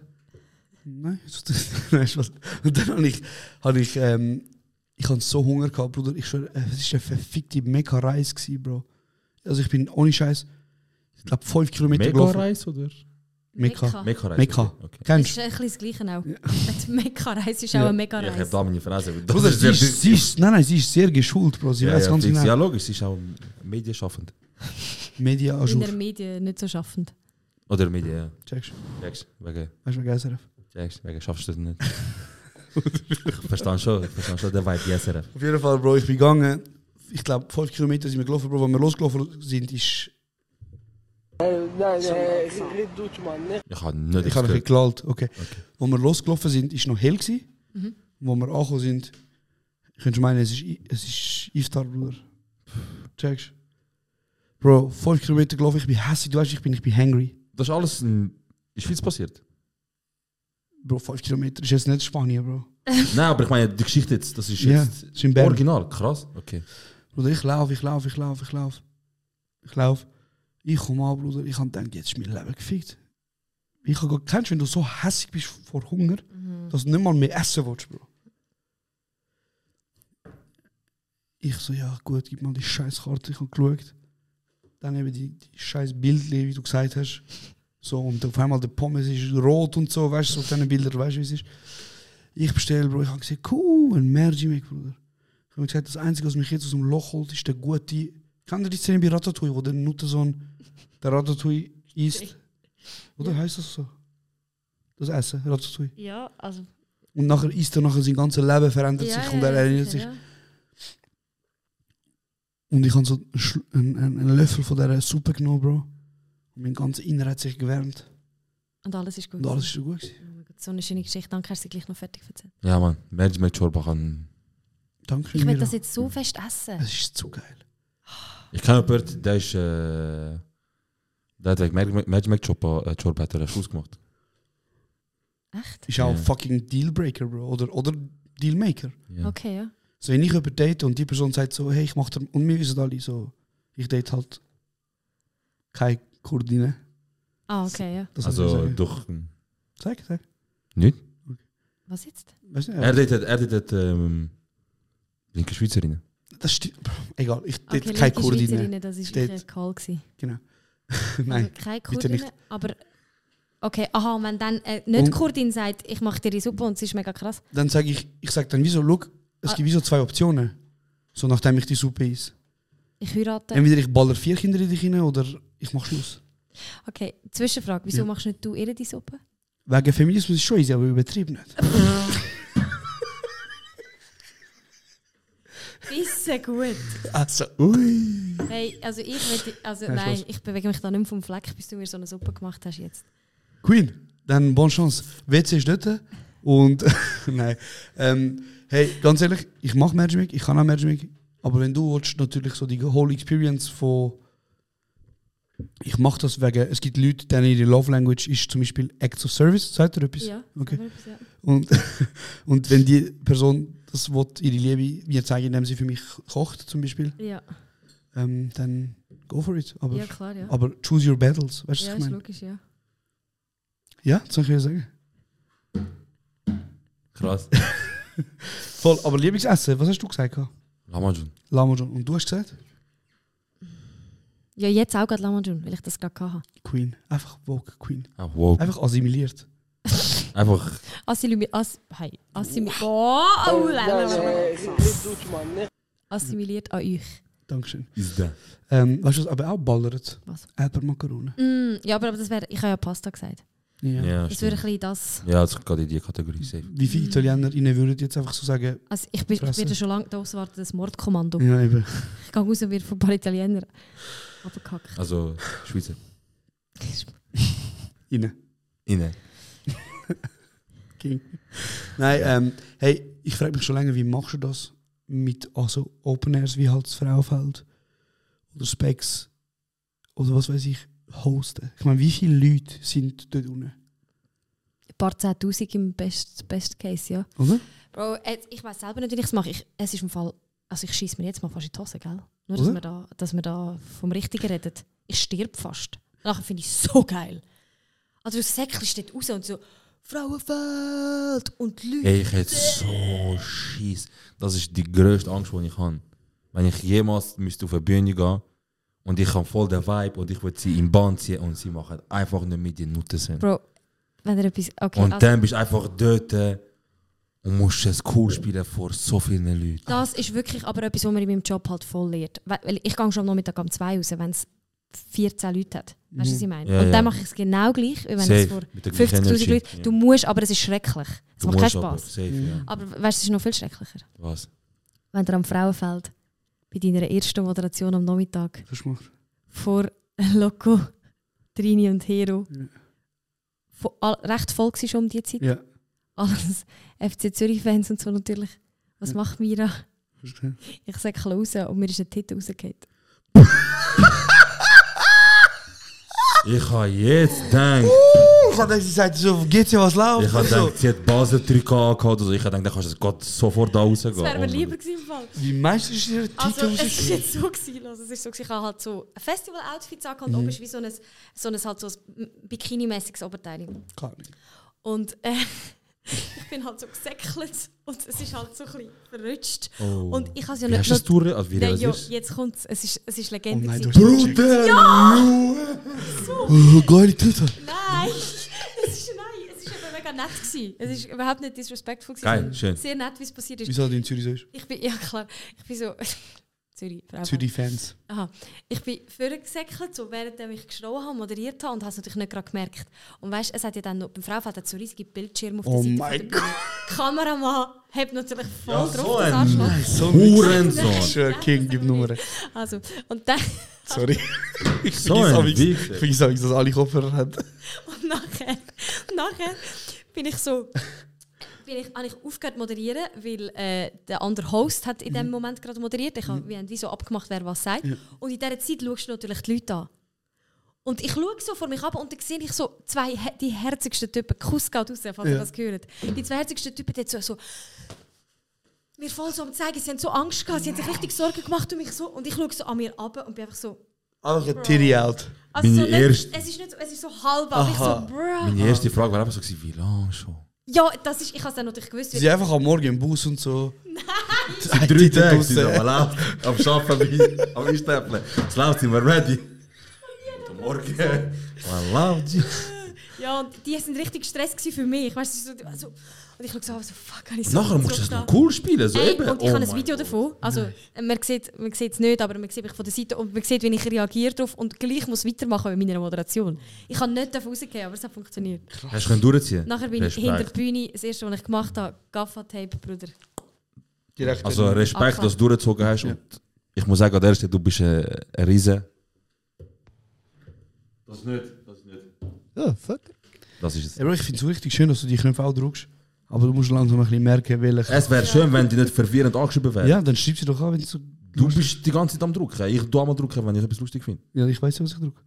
K: Nein, nein, Spaß. Und dann habe ich, hab ich, ähm, ich hatte so Hunger gehabt, Bruder. Ich schwöre, äh, es war eine verfickte Mega-Reis, gewesen, Bro. Also ich bin ohne Scheiß, ich glaube, fünf Kilometer
D: Mega-Reis oder?
K: Mega.
D: Mega-Reis.
K: Mega.
D: Okay. okay.
J: Das
K: Kennst
J: ist
K: du?
J: ein bisschen das Gleiche auch.
K: Ja.
J: Das Mega-Reis ist
K: Ja.
J: auch ein Mega-Reis.
D: Ich habe da meine Phrase. Das
K: Bruder, sie
D: sehr-
K: ist, sie ist, nein, nein, sie ist sehr geschult, Bro. Sie
D: ja,
K: weiß
D: ja,
K: ganz
D: fix.
K: genau.
D: ja, logisch, sie ist auch medienschaffend.
K: Media
J: In der
K: Azure.
J: Medien nicht so schaffend.
D: Oder Medien, ja.
K: Checkst du?
D: Checkst, wegen,
K: Weißt du, wegen SRF?
D: checkst, wegen, schaffst du das nicht. ich verstehe schon, ich verstehe schon den Vibe, yes, Ref.
K: Auf jeden Fall, Bro, ich bin gegangen. Ich glaube, 5 Kilometer sind wir gelaufen, Bro. Wenn wir losgelaufen sind, ist.
D: Ich habe nicht
K: Ich habe ein bisschen
D: gehört.
K: gelallt. Okay. Als wir losgelaufen sind, ist noch hell. Gewesen. Wo wir angekommen sind, könntest du meinen, es ist, I- es ist Iftar, Bruder. Checkst Bro, 5 Kilometer gelaufen, ich bin hässlich, du weißt, ich bin, ich bin hangry.
D: Das ist alles in in Schweiz passiert.
K: Bro, 5 Kilometer ist jetzt nicht Spanien, Bro.
D: Nein, aber ich meine, die Geschichte jetzt, das ist
K: Ja,
D: jetzt
K: ist in Bern.
D: original, krass. Okay.
K: Bruder, ich laufe, ich laufe, ich laufe, ich laufe. Ich laufe. Ich komme an, Bruder. Ich habe gedacht, jetzt ist mein Leben gefickt. Ich habe gedacht, kennst du, wenn du so hässig bist vor Hunger, dass du nicht mal mehr essen willst, Bro. Ich so, ja gut, gib mal die scheiß Karte. Ich habe geschaut. Dann eben die, die scheiß Bildchen, wie du gesagt hast. So, und auf einmal der Pommes ist rot und so, weißt du, so auf diesen Bildern, weißt du, wie es ist. Ich bestelle, Bro. Ich habe gesagt, cool, ein Mergimek, Bruder. Ich habe gesagt, das Einzige, was mich jetzt aus dem Loch holt, ist der gute. Kennt ihr die Szene bei Ratatouille, wo der Nuttensohn der Ratatouille isst? Oder heißt das so? Das Essen, Ratatouille.
J: Ja, also.
K: Und nachher isst er, nachher sein ganzes Leben verändert sich und er erinnert sich. Und ich habe so einen, Schl- einen, einen einen Löffel von dieser Suppe genommen, Bro. Und mein ganzes Innere hat sich gewärmt.
J: Und alles ist gut.
K: Und alles ist so gut. gewesen.
J: gewesen. Oh mein Gott, So eine schöne Geschichte, danke, hast du sie gleich noch fertig erzählt.
D: Ja, Mann, Management Chorba kann.
K: Danke,
J: Ich will
K: Mira.
J: das jetzt so fest essen.
K: Es ist zu geil.
D: Ich kenne jemanden, der ist. Äh, der hat wegen Management Chorba äh, Chorba hat er Schluss gemacht.
J: Echt?
K: Ist auch
D: Ja.
K: fucking Dealbreaker, Bro. Oder, oder Dealmaker.
D: Ja.
J: Okay, ja.
K: So, wenn ich jemanden date und die Person sagt so, hey, ich mach dir, und wir wissen alle so, ich date halt keine Kurdine.
J: Ah, okay, ja.
K: Das muss ich
D: Also
K: sagen.
D: durch.
K: Sag, sag.
D: Nicht?
J: Was jetzt?
K: Weißt du,
D: Er
K: ja.
D: datet, er datet ähm, linke Schweizerinnen.
K: Das stimmt. Bro, Egal, ich date
J: Okay,
K: keine
J: linke
K: Kurdine.
J: Schweizerinnen, das ist
K: Steht-
J: ein Call gewesen. Also
K: Nein.
J: keine
K: bitte
J: Kurdin,
K: nicht.
J: aber... Okay, aha, und wenn dann äh, nicht
K: Und-
J: Kurdin sagt, ich mache dir die Suppe und es ist mega krass.
K: Dann sage ich, ich sage dann, wieso, look, es
J: Ah.
K: gibt wieso zwei Optionen. So, nachdem ich die Suppe is.
J: Ich heirate.
K: Entweder ich baller vier Kinder in dich rein oder ich mach Schluss.
J: Okay, Zwischenfrage, wieso
K: Ja.
J: machst nicht du ihr die Suppe?
K: Wegen Feminismus ist schon easy, aber übertrieben nicht.
J: Bisse gut.
K: Also, ui.
J: Hey, also ich will, also
K: Nein,
J: nein,
K: Spaß.
J: ich bewege mich da nicht mehr vom Fleck, bis du mir so eine Suppe gemacht hast jetzt.
K: Queen, dann bonne Chance. WC ist dort. Und nein. Ähm, hey, ganz ehrlich, ich mache Magic, ich kann auch Magic. Aber wenn du willst, natürlich so die whole Experience von. Ich mache das wegen. Es gibt Leute, denen ihre Love Language ist zum Beispiel Acts of Service. Sagt ihr etwas?
J: Ja.
K: Okay.
J: aber etwas, ja.
K: Und, und wenn die Person das will, ihre Liebe mir zeigen, indem sie für mich kocht, zum Beispiel,
J: Ja,
K: ähm, dann go for it. Aber,
J: ja klar, ja.
K: aber choose your battles. Weißt du,
J: Ja,
K: was ich
J: ist
K: meine?
J: logisch, ja.
K: Ja, das soll ich dir sagen.
D: Krass.
K: Voll, aber Lieblingsessen, was hast du gesagt?
D: Lamajun.
K: Lamajun. Und du hast gesagt?
J: Ja, jetzt auch gerade Lamajun, weil ich das gerade hatte.
K: Queen. Einfach woke Queen.
D: Ah, wow.
K: Einfach assimiliert.
D: Einfach.
J: Assimil... Ass... Hey. Assimil... Oh, oh, lalalala. Assimiliert an euch.
K: Dankeschön.
D: Ist der.
K: Ähm, weißt du, was aber auch ballert?
J: Was?
K: Erdbeermakaronen.
J: Mm, ja, aber aber das wäre... Ich habe ja Pasta gesagt.
K: Ja.
D: Ja,
J: Das wäre ein
D: stimmt.
J: bisschen das...
D: ja, das geht in die Kategorie safe.
K: Wie viele ItalienerInnen würden jetzt einfach so sagen,
J: Also ich bin, ich
K: Klasse.
J: bin ja schon lange da auswarten, das Mordkommando.
K: ja eben.
J: Ich gehe raus und werde von ein paar Italienern abgehackt.
D: Also Schweizer.
K: Innen.
D: Innen.
K: King. Nein, ähm, hey, ich frage mich schon lange, wie machst du das mit also Open Airs wie halt das Frauenfeld oder Specs oder was weiß ich, hosten? Ich meine, wie viele Leute sind dort unten?
J: Ein paar 10'000 im Best, Best Case, ja.
K: Oder?
J: Bro, jetzt- ich weiß selber nicht, wie ich es mache. Ich, es ist im Fall, also ich schieße mir jetzt mal fast in die Hose, gell? Nur, dass
K: Oder?
J: wir, da, dass wir da vom Richtigen reden. Ich stirb fast. Nachher finde ich es so geil. Also das Säckchen steht raus und so Frauenfeld und Leute.
D: Ey, ich hätte so Schiss. Das ist die größte Angst, die ich habe. Wenn ich jemals müsste auf eine Bühne gehen und ich habe voll den Vibe und ich würde sie im Band ziehen und sie machen einfach nicht mit den Noten sind.
J: Bro, wenn er etwas... Okay,
D: Und
J: also,
D: dann bist du einfach dort äh, und musst es cool spielen vor so vielen Leuten.
J: das ist wirklich aber etwas, was man in meinem Job halt voll lehrt. Weil weil ich gehe schon am Nachmittag um zwei raus, wenn es 14 Leute hat. Weißt du, was ich meine?
D: Mhm. Ja,
J: und dann
D: ja.
J: mache ich es genau gleich, wie wenn
D: Safe,
J: es vor
D: mit der gleichen
J: 50'000
D: Energie.
J: Leuten...
D: Ja.
J: Du musst, aber es ist schrecklich. Es
D: Du
J: macht keinen
D: musst aber,
J: Spaß. Mhm.
D: Safe, ja.
J: Aber weißt du, es ist noch viel schrecklicher.
D: Was?
J: wenn ihr am Frauenfeld bei deiner ersten Moderation am Nachmittag
K: Das macht.
J: vor Loco, Trini und Hero vo- all, recht voll war schon um die Zeit.
K: Ja.
J: Alles FC Zürich-Fans und so natürlich. Was
K: Ja.
J: macht Mira?
K: Hast du gesehen?
J: Ich sage raus und mir ist ein Titel rausgefallen.
D: Ich habe jetzt gedacht,
K: Uh, Ich habe gedacht, sie sagt so, geht's ja was läuft? Also-
D: ich habe gedacht, sie hat Basel-Trikot angehabt oder so. Ich habe gedacht, dann kannst du Gott sofort da rausgehen.
J: Das wäre mir
D: Und-
J: lieber gewesen im Fall.
K: Wie meinst du, ist ihr Titel
J: Also es ist
K: rausgekommen?
J: jetzt so gewesen, also, es ist so gewesen, ich habe halt so ein Festival-Outfit angehabt
K: Mhm.
J: und oben ist wie so ein, so ein, halt so ein Bikini-mäßiges Oberteil.
K: Gar nicht.
J: Und äh, ich bin halt so gesäckelt und es ist halt so ein bisschen verrutscht.
D: Oh.
J: Und ich habe ja
D: Wie
J: nicht
D: hast du es durch? Also, wie
J: Nein,
D: das
J: jo,
D: ist?
J: jetzt kommt es. Es ist, es ist
K: Oh
J: Legende.
K: nein, du
J: gewesen.
K: hast Bruder! Oh, geile Titel.
J: nein, es ist, nein, es ist eben mega nett. Gewesen. Es ist überhaupt nicht disrespectful. Gewesen,
D: Geil,
J: sondern
D: schön.
J: Sehr nett, wie es passiert ist.
K: Wieso hat in Zürich so ist?
J: Ich bin, ja klar, ich bin so... Zürich, Frau.
K: Zürich-Fans.
J: Aha. Ich bin vorgesäckelt, so während ich geschrien habe, moderiert habe und habe es natürlich nicht gerade gemerkt. Und weißt du, es hat ja dann noch, beim Frauenfeld hat so riesige Bildschirme auf der
K: Oh
J: Seite.
K: mein
J: von der Bühne. Kameramann hat natürlich voll
D: Ja,
J: drauf,
D: so
J: das
D: ein-
J: Arschloch.
K: So
D: Hurensohn!
K: Sure, King, gib Nummern.
J: Also, und dann
K: Sorry. Ich
D: So
K: vergesse
D: ein
K: amigs-
D: Wichser.
K: Ich vergesse amigs, dass alle Koffer haben.
J: und nachher, nachher bin ich so. Bin ich, habe ich aufgehört zu moderieren, weil äh, der andere Host hat in dem
D: Mhm.
J: Moment gerade moderiert. Ich habe, wir haben wie so abgemacht, wer was sagt. Und in dieser Zeit schaust du natürlich die Leute an. Und ich schaue so vor mich ab und dann sehe ich so zwei he- die herzigsten Typen. Kuss geht raus, falls ihr
K: Ja.
J: das gehört. Die zwei herzigsten Typen, die so, so mir voll so am zeigen, sie haben so Angst gehabt, sie haben sich richtig Sorgen gemacht um mich so. Und ich schaue so an mir ab und bin einfach so.
K: Einfach ein Titty out.
J: Also so
D: Meine
J: nicht,
D: erste-
J: es ist nicht so, es ist so halb, aber ich
K: Aha.
J: so, bruh.
D: Meine erste Frage war einfach so, gewesen, wie lange schon?
J: Ja, das ist, ich habe es dann natürlich gewusst.
K: Sie
J: weil-
K: sind einfach am Morgen im Bus und so. Nein!
D: Drei Tage sind am Laufen, am Schaffen, am Einstempeln. Das läuft, sind wir ready. Guten Morgen. Man läuft.
J: Ja, und die sind richtig Stress gewesen für mich. Weißt, so, also, und ich schaue so, so fuck, habe ich so
D: Nachher musst du das noch Oh cool spielen, so
J: Ey,
D: eben.
J: und ich habe ein Video davon. Also, äh, man sieht, man sieht es nicht, aber man sieht mich von der Seite und man sieht, wie ich reagiere drauf und gleich muss weitermachen mit meiner Moderation. Ich habe nicht davon rausgehen, aber es hat funktioniert.
D: Hast du können durchziehen?
J: Nachher bin
D: Respekt.
J: ich hinter der Bühne, das erste, was ich gemacht habe, Gaffa-Tape, Bruder.
K: Direkt.
D: Also Respekt,
J: Abfahrt.
D: dass du durchgezogen hast. Und ich muss sagen, an der Stelle, du bist ein, ein Riese. Das nicht, das nicht.
K: Ja, fuck.
D: Das ist es.
K: Ja, Bro, ich finde es richtig schön, dass du die Knöpfe auch drückst. Aber du musst langsam ein bisschen merken, welche.
D: Es wäre schön, wenn die nicht verwirrend angeschrieben wären.
K: Ja, dann schreib sie doch an, wenn du so.
D: Du bist die ganze Zeit am Drucken. Ich tue mal drucken, wenn ich etwas lustig finde.
K: Ja, ich weiß ja, was ich drücke.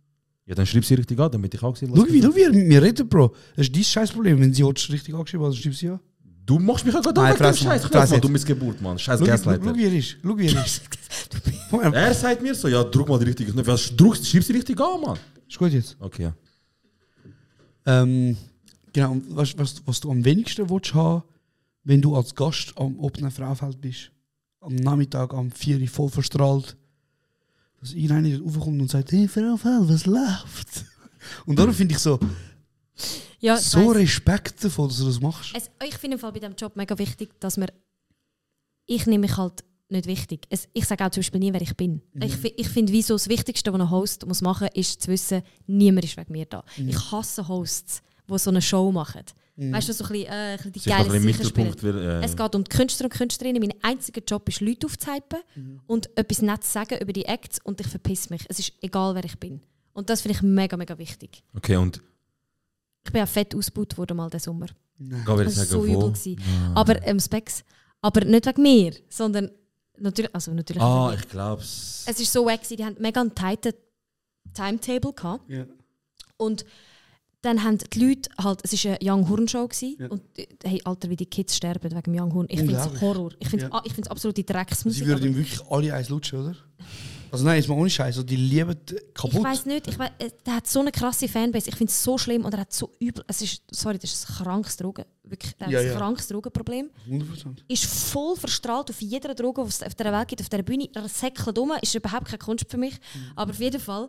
D: Ja, dann schreib sie richtig an, damit ich auch sehe, was
K: Schau,
D: ich-
K: wie, schau, wie er mit mir redet, Bro. Das ist dein scheiß Problem. Wenn sie heute richtig angeschrieben hat, dann schreib sie an.
D: Du machst mich auch gerade
K: Nein,
D: an wegen dem
K: fress mal,
D: Scheiß.
K: fress
D: Knopf, Mann,
K: jetzt.
D: Du Missgeburt, Mann. Scheiß
K: Schau, wie- schau,
D: Gaslighter.
K: wie er ist. Schau, wie er ist. Moment,
D: Er sagt mir so, ja, druck mal die richtige Knöpfe. Ja, druckst, schreib sie richtig an, Mann.
K: Ist gut jetzt.
D: Okay, ja.
K: Ähm, genau, und was, was, was du am wenigsten willst haben, wenn du als Gast am offenen Frauenfeld bist, am Nachmittag, am 4 Uhr voll verstrahlt, dass irgendeiner dort raufkommt und sagt, hey Frauenfeld, was läuft? Und darum finde ich so,
J: Ja, ich
K: so
J: weiss. Äh,
K: respektvoll, dass du das machst.
J: Es, ich finde im Fall bei diesem Job mega wichtig, dass man. Ich nehme mich halt nicht wichtig. Es, ich sage auch zum Beispiel nie, wer ich bin. Ich, fi- ich finde, wieso das Wichtigste, was ein Host muss machen muss, ist zu wissen, niemand ist wegen mir da. Ich hasse Hosts, die so eine Show machen. Weißt du, so ein bisschen, äh, ein bisschen die
D: Sie ist noch ein
J: geile
D: bisschen im
J: Sicher spielen.
D: Mittelpunkt. Weil, äh,
J: Es geht um die Künstler und Künstlerinnen. Mein einziger Job ist, Leute aufzuhypen und etwas Nettes sagen über die Acts und ich verpiss mich. Es ist egal, wer ich bin. Und das finde ich mega, mega wichtig.
D: okay, und
J: Ich bin auch fett ausgebaut worden mal diesen Sommer.
D: Gabriel
J: Das war
D: sagen,
J: so
D: wo?
J: übel. Gewesen. Aber ähm, Specs. Aber nicht wegen mir, sondern natürlich. Also natürlich
D: Ah,
J: wegen mir.
D: ich glaub's.
J: Es ist so wack, gewesen, die haben mega einen tighten Timetable gehabt.
K: Ja.
J: Und dann haben die Leute halt, es war eine Young Horn Show gewesen,
K: Ja.
J: und äh, hey, Alter, wie die Kids sterben wegen dem Young Horn. Ich finde es
K: Unglaublich.
J: Horror. Ich finde es
K: Ja.
J: ja. absolute
K: Sie
J: Drecksmusik.
K: würden
J: aber-
K: ihm wirklich alle eins lutschen, oder? Also nein, ist mal ohne Scheiß. Also die lieben die
J: Ich
K: kaputt.
J: weiß nicht, ich weiß, äh, der hat so eine krasse Fanbase. Ich finde es so schlimm und er hat so übel. Es ist, sorry, das ist ein krankes Drogen. Wirklich, der
K: Ja,
J: hat
K: ja.
J: ein krankes Drogenproblem.
K: 100%.
J: Ist voll verstrahlt auf jeder Droge, die es auf der Welt gibt, auf der Bühne. Er säckelt um, ist überhaupt keine Kunst für mich.
K: Mhm.
J: Aber auf jeden Fall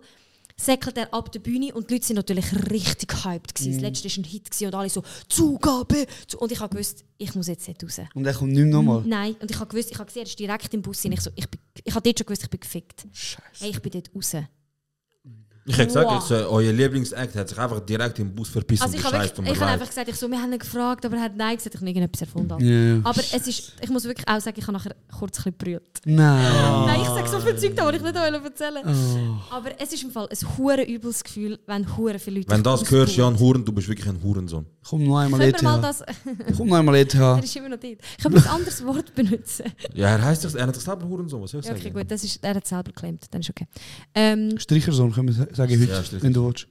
J: säckelt er ab der Bühne und die Leute sind natürlich richtig hyped. Mhm. Das letzte war ein Hit gewesen und alle so Zugabe. zu-» Und ich habe gewusst, ich muss jetzt nicht raus.
K: Und er kommt nicht mehr nochmal.
J: Nein, und ich habe gewusst, ich habe gesehen, er ist direkt im Bus. rein. Ich, so, ich, bin, ich habe dort schon gewusst, ich bin gefickt.
K: Scheiße.
J: Hey, ich bin dort raus.
D: Ich hätte gesagt,
J: Wow.
D: ich so, euer Lieblingsact hat sich einfach direkt im Bus verpisst
J: Also
D: und
J: ich habe
D: gescheit.
J: wirklich- ich habe einfach gesagt, ich so, wir haben ihn gefragt, aber er hat nein gesagt, ich habe irgendetwas erfunden. habe.
K: Ja.
J: Aber es ist, ich muss wirklich auch sagen, ich habe nachher kurz ein bisschen gebrüllt.
K: Nein.
J: Nein, ich sage so viel Zeug, das wollte ich nicht wollte erzählen.
K: Oh.
J: Aber es ist im Fall ein hure übles Gefühl, wenn hure viele Leute...
D: Wenn das
J: dich
D: hörst,
J: ausbuhen.
D: Jan Huren, du bist wirklich ein Hurensohn.
K: Komm noch einmal
J: Können wir mal
K: ETH.
J: das...
K: Komm noch einmal ETH.
J: er ist immer noch dort. Können wir ein anderes Wort benutzen?
D: Ja, er heißt er hat sich selber Hurensohn, was soll ich
J: Ja, okay,
D: sagen?
J: gut, das ist, er hat es selber geklemmt, dann ist okay. Ähm,
K: Strichersohn können wir sa- sagen
D: Ja,
K: heute,
D: Stricher.
K: wenn du willst.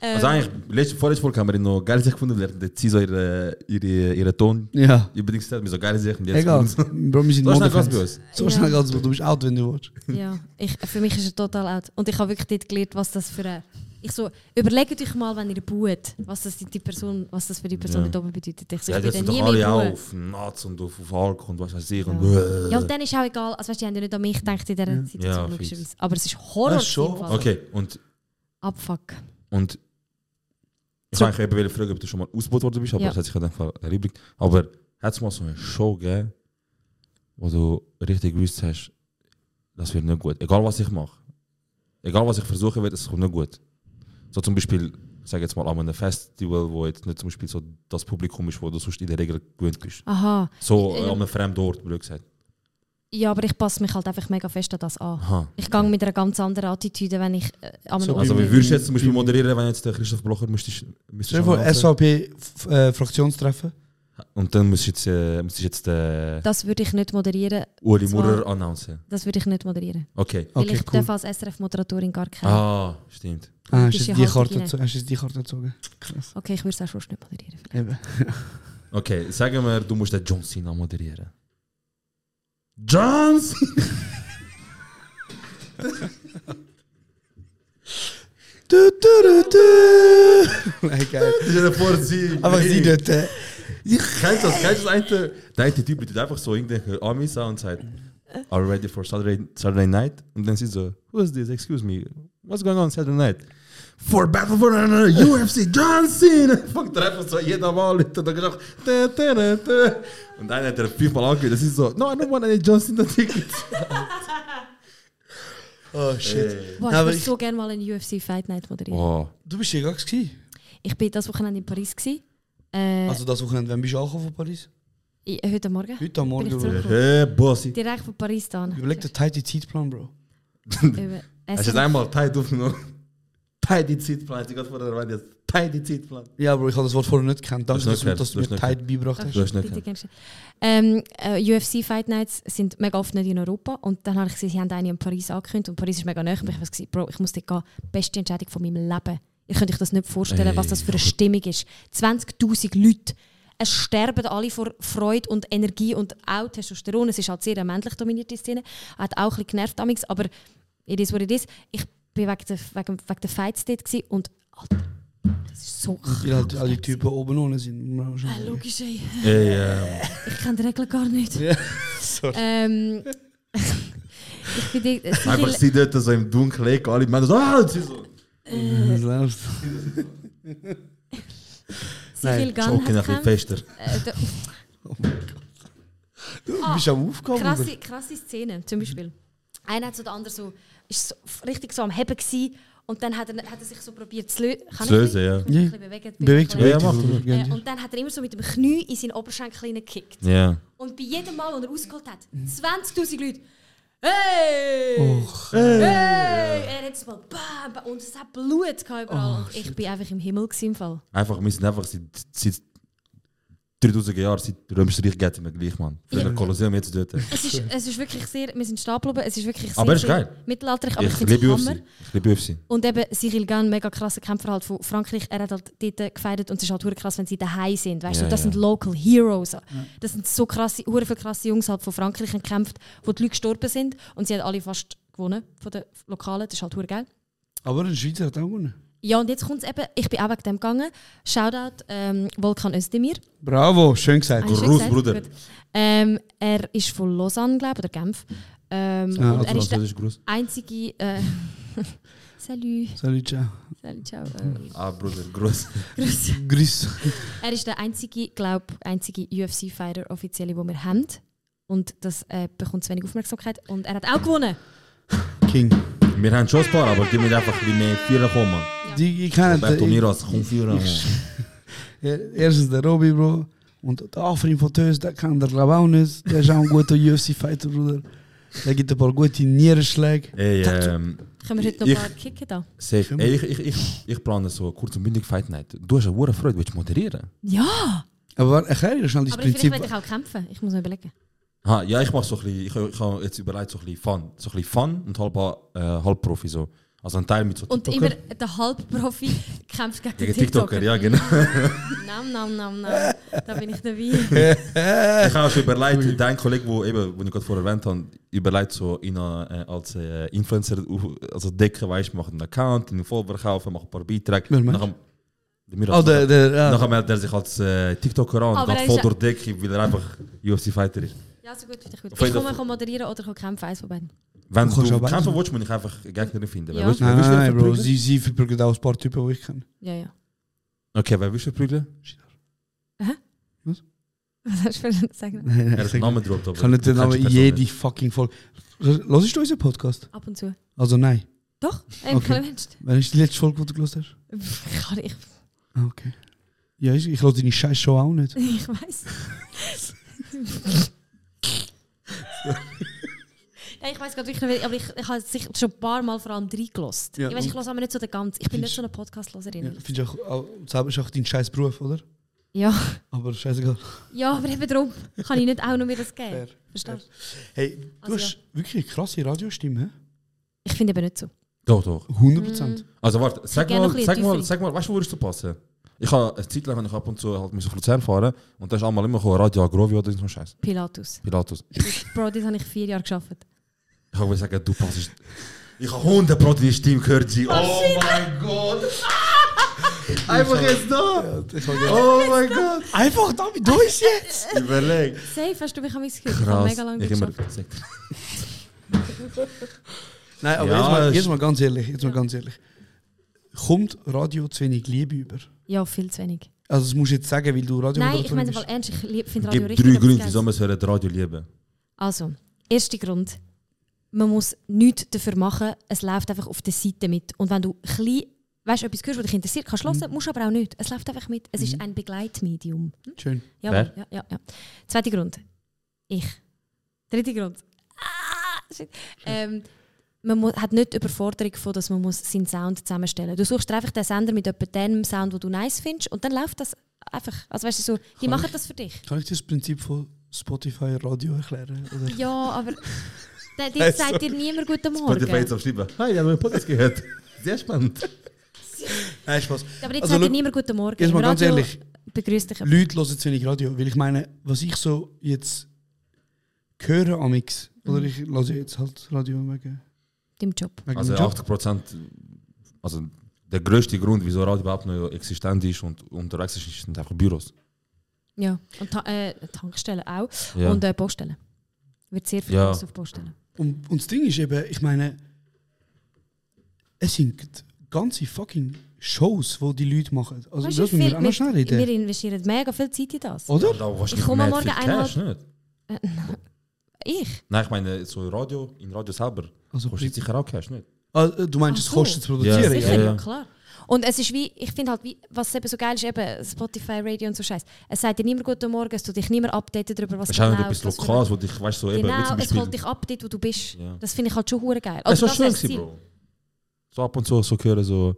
D: Also
J: ähm,
D: eigentlich, letzte, vorletzte Folge haben wir ihn noch geil sich gefunden, weil er zieht so ihre, ihre, ihre Ton.
K: Ja.
D: Übrigens gesagt, wir so geil sich und jetzt.
K: Egal.
D: So
K: Bro, wir sind
D: schnell ganz bei
K: Modefans.
D: uns.
K: So schnell ganz Du bist out, wenn du willst.
J: Ja, ich, für mich ist er total out. Und ich habe wirklich dort gelernt, was das für ein... Ich so, überlegt euch mal, wenn ihr buht, was das, die, die Person, was das für die Person
D: Ja.
J: da oben bedeutet. Ich so,
D: Ja,
J: ich
D: jetzt
J: würde
D: sind
J: nie
D: doch
J: mehr
D: alle
J: buhen.
D: auch auf Nats und auf, auf Alk und was weiß ich. Und
J: Ja, und dann ist auch egal. Also weißt, die haben ja nicht an mich gedacht in dieser Situation,
D: Ja, fix.
J: logischerweise. Aber es ist Horror.
K: Das ist schon-
D: okay, und,
J: Abfuck.
D: und ich so. wollte eigentlich eben fragen, ob du schon mal ausgebaut worden bist, aber
J: Ja.
D: das hat sich dann ver- erübrigt. Aber hat es mal so eine Show gegeben, wo du richtig gewusst hast, das wird nicht gut. Egal was ich mache. Egal was ich versuche, wird es kommt nicht gut. So zum Beispiel, ich sage jetzt mal an einem Festival, wo jetzt nicht zum Beispiel so das Publikum ist, wo du sonst in der Regel gewöhnt bist.
J: Aha.
D: So äh,
J: Ähm.
D: an einem fremden Ort, blöd gesagt.
J: Ja, aber ich passe mich halt einfach mega fest an das an.
D: Aha.
J: Ich gehe mit einer ganz anderen Attitüde, wenn ich äh, an einem
K: So
J: Ort
D: Also, wie
J: bin.
D: würdest du jetzt zum Beispiel moderieren, wenn jetzt der Christoph Blocher müsstest,
K: Stell
D: müsstest
K: dir vor,
D: anhalten?
K: äh, SVP-Fraktionstreffen.
D: Und dann müsstest jetzt, äh, müsstest jetzt äh,
J: Das würde ich nicht moderieren.
D: Uri
J: zwar-
D: Murrer announcen.
J: Das würde ich nicht moderieren.
D: Okay.
J: Weil
K: Okay,
J: ich
K: cool.
J: darf als SRF-Moderatorin gar keine.
D: Ah, stimmt.
K: Ah, hast du
J: Politische
K: jetzt die Karte
J: Haltung rein.
K: gezo- hast du jetzt die Karte gezogen? Krass.
J: Okay, ich würde es auch schon nicht moderieren.
K: Eben.
D: Okay, sagen wir, du musst den John Cena moderieren. John Cena!
K: Du, du, du, du. Nein, geil.
D: Stell dir vor, sie.
L: Ah,
K: Aber sie dort. äh,
D: Kennst du das? Kennst du das eine? Der eine Typ bietet einfach so irgendwelche Amis an und sagt, Are you ready for Saturday, Saturday night? Und dann sie so, Who is this? Excuse me. What's going on Saturday night? For Battle for Honor, UFC, John Cena! Fuck, der einfach so jeder Mal Leute. Und dann gesagt, "Tä, tä, tä, tä." Und einer hat er fünfmal angehört. Das ist so, No, I don't want any John Cena tickets.
K: Oh, shit.
J: Boah,
K: Nein,
J: ich
K: aber
J: würde
K: ich-
J: so gerne mal einen UFC Fight Night moderieren.
D: Oh,
K: Du bist ja gar gewesen.
J: Ich war das Wochenende in Paris. Gewesen. Äh,
K: Also das Wochenende, wann bist du angekommen von Paris?
J: ich- heute Morgen.
K: Heute am Morgen,
J: Bin ich
K: Bro.
J: zurück.
D: hey, Bossy.
J: Direkt von Paris da.
K: Überleg dir tight den Zeitplan, Bro.
J: Über
D: Hast du jetzt einmal Zeit aufgenommen? Teil die Zeitplan. Sie geht vor der Wand jetzt. Teil die Zeitplan.
K: Ja, Bro, ich habe das Wort vorher nicht gekannt. Danke,
D: Das
K: dass
D: ist
K: du,
D: nicht
K: dass du
D: gehört,
K: mir
D: das ist
K: tight beigebracht hast.
D: Du hast nicht
J: Bitte
D: gekannt.
J: gern. ähm, äh, UFC Fight Nights sind mega oft nicht in Europa und dann habe ich gesehen, sie haben eine in Paris angekündigt und Paris ist mega nahe. Und ich habe gesagt, Bro, ich muss dort gehen. Beste Entscheidung von meinem Leben. Ihr könnt euch das nicht vorstellen,
D: Ey,
J: was das für eine
D: aber-
J: Stimmung ist. 20'000 Leute. Es sterben alle vor Freude und Energie und auch Testosteron. Es ist halt sehr eine männlich dominierte Szene. Hat auch ein bisschen genervt damals, aber it is what it is. Ich bin wegen der, wegen, wegen der Fights dort gewesen und Alter, das ist so
K: Weil halt
J: krank
K: alle
J: gewesen.
K: Typen oben ohne sind. muss man schon
J: Ah,
K: sagen.
J: Logisch, ey.
D: Ey, ähm,
J: Ich kenne die Regeln gar nicht.
K: Ja, sorry.
J: Ähm, ich bin die, es sind
D: Einfach
J: die,
D: sie dort so im Dunkeln, liegen, alle Männer so, ah, und sie so.
K: Das läuft.
J: sie viel Gun
D: Schocken ein
J: hat gekämpft.
D: bisschen fester.
J: Äh, da-
K: Oh Du
J: Ah,
K: bist am Aufgaben, oder?
J: krasse, krasse Szene, zum Beispiel. Einer hat so, der andere so, ist so f- richtig so am Heben gewesen, und dann hat er, hat er sich so probiert zu, lö Kann
D: Zu
J: ich
D: lösen,
J: mich-
D: ja.
J: Ich muss mich
K: Ja.
J: ein bisschen bewegen, bin
K: Bewegt,
J: ein
D: Ja,
K: bewegt.
D: mach
K: dich,
D: du.
K: Bro.
J: bisschen-
K: Gönn
J: Äh,
K: dir.
J: und dann hat er immer so mit dem Knie in seinen Oberschenkel reingekickt.
D: Ja.
J: Und bei jedem Mal, wo er ausgeholt hat,
D: Mhm.
J: 20.000 Leute. Hey!
K: Och,
J: Hey! Er hat es mal bam, bam, und es hat
D: Oh,
J: Blut gehabt überall. und ich bin einfach im Himmel gewesen, im Fall.
D: Einfach, wir sind einfach seit, seit 3000 Jahre seit Römisches Reich geht immer gleich, man. Früher Kolosseum, jetzt dort.
J: Es ist, es ist wirklich sehr, wir sind Stapel oben, es ist wirklich sehr,
D: Aber es ist
J: sehr
D: geil.
J: mittelalterlich, aber ich,
D: Ich
J: finde es
D: liebe
J: Hammer.
D: UFC. Ich liebe UFC.
J: Und eben, Cyril Gann, mega krasser Kämpfer halt von Frankreich, er hat halt dort gefeiert und es ist halt hure krass, wenn sie daheim sind, weißt
D: Ja,
J: du, das
D: ja.
J: sind Local Heroes. Das sind so krasse, hure viele krasse Jungs halt von Frankreich haben gekämpft, wo die Leute gestorben sind und sie haben alle fast gewonnen von den Lokalen, das ist halt hure geil.
L: Aber ein Schweizer hat auch gewonnen.
J: Ja, und jetzt kommt es eben, ich bin auch wegen dem gegangen, Shoutout ähm, Volkan Özdemir.
L: Bravo, schön gesagt.
J: Hast du schon
D: Gruß,
J: gesagt?
D: Bruder.
J: Gut. Ähm, er ist von Lausanne, glaube ich, oder Genf. Ähm,
L: Ah,
J: und er ist der
D: Französisch Gruß.
J: einzige... Äh, Salut,
L: Salut, ciao.
J: salut, ciao. Äh,
D: Ah, Bruder, Gruß.
J: grüß.
L: Grüß.
J: Er ist der einzige, glaube einzige UFC-Fighter offizielle, den wir haben. Und das äh, bekommt zu wenig Aufmerksamkeit. Und er hat auch gewonnen.
L: King.
D: Wir haben schon ein paar, aber gib mir einfach ein bisschen mehr Vierer, komm, man.
L: Die, ich kenne
D: Roberto
L: den.
D: Miras, komm Vierer, man.
L: Er- Erstens der Robi, Bro. Und der Afrin von Tös, der kann der glaube auch nicht. Der ist auch ein guter UFC-Fighter, Bruder. Der gibt ein paar gute Nierenschläge.
D: Ey, ähm,
J: Können wir heute noch
D: Ich-
J: ein paar kicken da?
D: safe. Ey, ich, ich, ich, ich plane so kurz und bündig Fight Night. Du hast eine hohe Freude, willst du moderieren?
J: Ja!
L: Aber erklär dir schnell das
J: Aber vielleicht
L: Prinzip.
J: werde ich auch kämpfen. Ich muss mir überlegen.
D: Ha, ja, ich mache so ein bisschen, ich, ich habe jetzt überlegt, so ein bisschen Fun. So ein bisschen Fun und halb, äh, halb Profi, so. Also ein Teil mit so
J: Und immer der Halbprofi kämpft gegen,
D: Gegen
J: den TikToker.
D: TikToker, ja, genau.
J: Nam, nam, nam, nam. Da bin ich dabei.
D: Ich habe schon überlegt, dein Kollege, wo eben, wo ich gerade vorher erwähnt habe, überlegt, so ihn äh, als äh, Influencer, auf- also decken, weißt du, macht einen Account, ihn Follower kaufen, macht ein paar Beiträge.
L: Wer meinst?
D: Nachher- der Miras.
L: Oh, der, der,
D: Nachher
L: ja.
D: meldet er sich als äh, TikToker an
J: Aber
D: und
J: er
D: geht
J: ist
D: voll
J: ja-
D: durch die Decke, weil er einfach UFC-Fighter ist.
J: Ja, so gut, finde ich gut.
D: Auf jeden
J: Ich
D: Fall.
J: komme, kann moderieren oder kann kämpfen, eins von beiden.
D: Wenn
L: Du kannst
D: du
L: aber
D: kämpfen
L: auch-
D: willst, muss ich einfach Gegner finden.
J: Ja.
D: Wer willst du- wer
L: Nein,
D: willst du
L: nein, Ah, Bro.
D: verprügeln?
L: Sie, sie verprügeln auch ein paar Typen, die ich kenne.
J: Ja, ja.
D: Okay, wer willst du verprügeln?
J: Was hast du für sagen?
L: Nein, nein,
D: Er
L: ich
D: hat
L: sag-
D: den Namen gedroppt, aber
L: Ich kann nicht den
D: du kennst
L: Namen
D: die Person
L: jede
D: nicht.
L: E fucking Folge. Hörst du unseren Podcast?
J: Ab und zu.
L: Also nein.
J: Doch, ey,
L: Okay.
J: okay. Mensch.
L: Wann ist die letzte Folge, die du gehört hast?
J: Ich, kann- ich,
L: Ah, Okay. Ja, ich, ich höre deine scheiß Show auch nicht.
J: ich weiß. Nein, ich weiß gerade wirklich nicht, aber ich, ich habe es sicher schon ein paar Mal vor allem reingelassen.
L: Ja,
J: ich weiß, ich
L: und-
J: lasse aber nicht so den ganzen. Ich bin nicht
L: Findest-
J: so eine Podcast-Loserin.
L: Ja, findest du auch, auch, selber ist auch dein scheiß Beruf, oder?
J: Ja.
L: Aber scheißegal.
J: ja, aber eben darum kann ich nicht auch noch mir das geben.
L: Fair.
J: Verstehst du?
L: Hey, du
J: Also
L: hast wirklich eine krasse Radiostimme,
J: Ich finde eben nicht so.
D: Doch, doch.
L: hä? 100%.
J: Mhm.
D: Also warte, sag
J: gerne
D: mal,
J: noch ein
D: sag
J: bisschen
D: mal,
J: tiefer.
D: sag mal, weißt du, wo würdest du passen? Ich habe eine Zeit lang, wenn ich ab und zu halt mich auf Luzern fahren und da ist einmal immer gekommen, Radio Agrovio oder so ein Scheiß.
J: Pilatus.
D: Pilatus.
J: Bro, das habe ich vier Jahre geschafft.
D: Ich habe gesagt, du passest. Ich habe 100 Pro deine Stimme gehört. Sie. Oh mein Gott! Einfach jetzt da! Oh mein Gott!
L: Einfach damit, du bist jetzt!
D: Überleg!
J: Safe, hast du mich an mich gehört? Ich habe
D: Krass.
J: mega lange
D: Ich immer
J: geschafft.
D: gesagt.
L: Nein, aber
D: Ja,
L: jetzt, mal,
D: es-
L: jetzt mal ganz ehrlich, jetzt mal ganz ehrlich. Kommt Radio zu wenig Liebe über?
J: Ja, viel zu wenig.
L: Also das musst du jetzt sagen, weil du
J: Nein, ich
L: Radiomoderatorin
J: meine
L: bist.
J: mal ernst, ich lieb- finde Radio
D: Gib
J: richtig.
D: drei
J: etwas
D: Gründe,
J: Geiles.
D: wieso wir sollen das Radio lieben.
J: Also, erster Grund. Man muss nichts dafür machen, es läuft einfach auf der Seite mit. Und wenn du klein, weißt, etwas hörst, was dich interessiert, kannst du hören, musst aber auch nicht. Es läuft einfach mit. Es ist ein Begleitmedium. Hm?
L: Schön.
J: Ja,
D: Fair.
J: ja, ja, ja. Zweiter Grund. Ich. Dritter Grund. Ah, shit. ähm, man mu- hat nicht die Überforderung, von, dass man muss seinen Sound zusammenstellen muss. Du suchst dir einfach den Sender mit etwa dem Sound, den du nice findest, und dann läuft das einfach. Also weißt du, so, die
L: Kann
J: machen
L: ich-
J: das für dich.
L: Kann ich dir das Prinzip von Spotify Radio erklären? Oder?
J: Ja, aber da- dort
L: Also.
J: sagt dir niemand guten
D: Spotify
J: Morgen.
D: jetzt aufschreiben. Hi, ich habe meinen Podcast gehört. Sehr spannend.
L: Nein, Spaß.
J: Aber jetzt
L: Also,
J: sagt dir
L: schau,
J: niemand guten Morgen.
L: jetzt mal
J: Im
L: ganz
J: Radio
L: ehrlich.
J: Begrüß dich.
L: Leute hören zu wenig Radio, weil ich meine, was ich so jetzt höre am X, oder
J: Mhm.
L: ich höre jetzt halt Radio wegen,
J: Im Job.
L: wegen
D: Also
L: dem Job.
D: 80 Prozent, also der größte Grund, wieso Radio überhaupt noch existent ist und unterwegs ist, sind einfach Büros.
J: Ja. Und ta äh, Tankstellen auch.
D: Ja.
J: Und äh, Poststellen. Wird sehr viel
D: Ja.
J: los auf Poststellen.
L: Und, und das Ding ist eben, ich meine, es sind ganze fucking Shows, die die Leute machen. Also
J: Weißt du,
L: das
J: wie viel
L: müssen wir auch noch
J: wir-
L: schnell reden.
J: Wir investieren mega viel Zeit in das.
L: oder?
D: Da wahrscheinlich
J: Ich komme
D: mehr
J: morgen
D: viel
J: eineinhalb-
D: Cash, nicht?
J: Ich?
D: Nein, ich meine, so Radio, im Radio selber,
L: Also,
D: kostet sicher auch Cash, nicht?
L: Ah,
K: äh,
L: du meinst,
J: Ach
L: es
J: so.
L: kostet zu produzieren?
D: Ja,
J: Sicher,
L: ja.
J: ja,
D: ja.
J: klar. Und es ist wie, ich finde halt, wie, was eben so geil ist, eben Spotify, Radio und so Scheiß. Es sagt dir niemand guten Morgen, es tut dich niemand updaten darüber, was genau
D: Es ist auch nicht
J: läuft,
D: etwas
J: was wir-
D: Lokales, wo dich, weißt du, so eben, wie
J: Genau,
D: zum
J: es holt
D: Beispiel.
J: dich ab, dort wo du bist.
D: Ja.
J: Das finde ich halt schon hure geil.
D: Es
J: Also
D: war
J: das
D: schön,
J: wär's
D: gewesen,
J: Ziel.
D: Bro. So ab und zu so hören, so.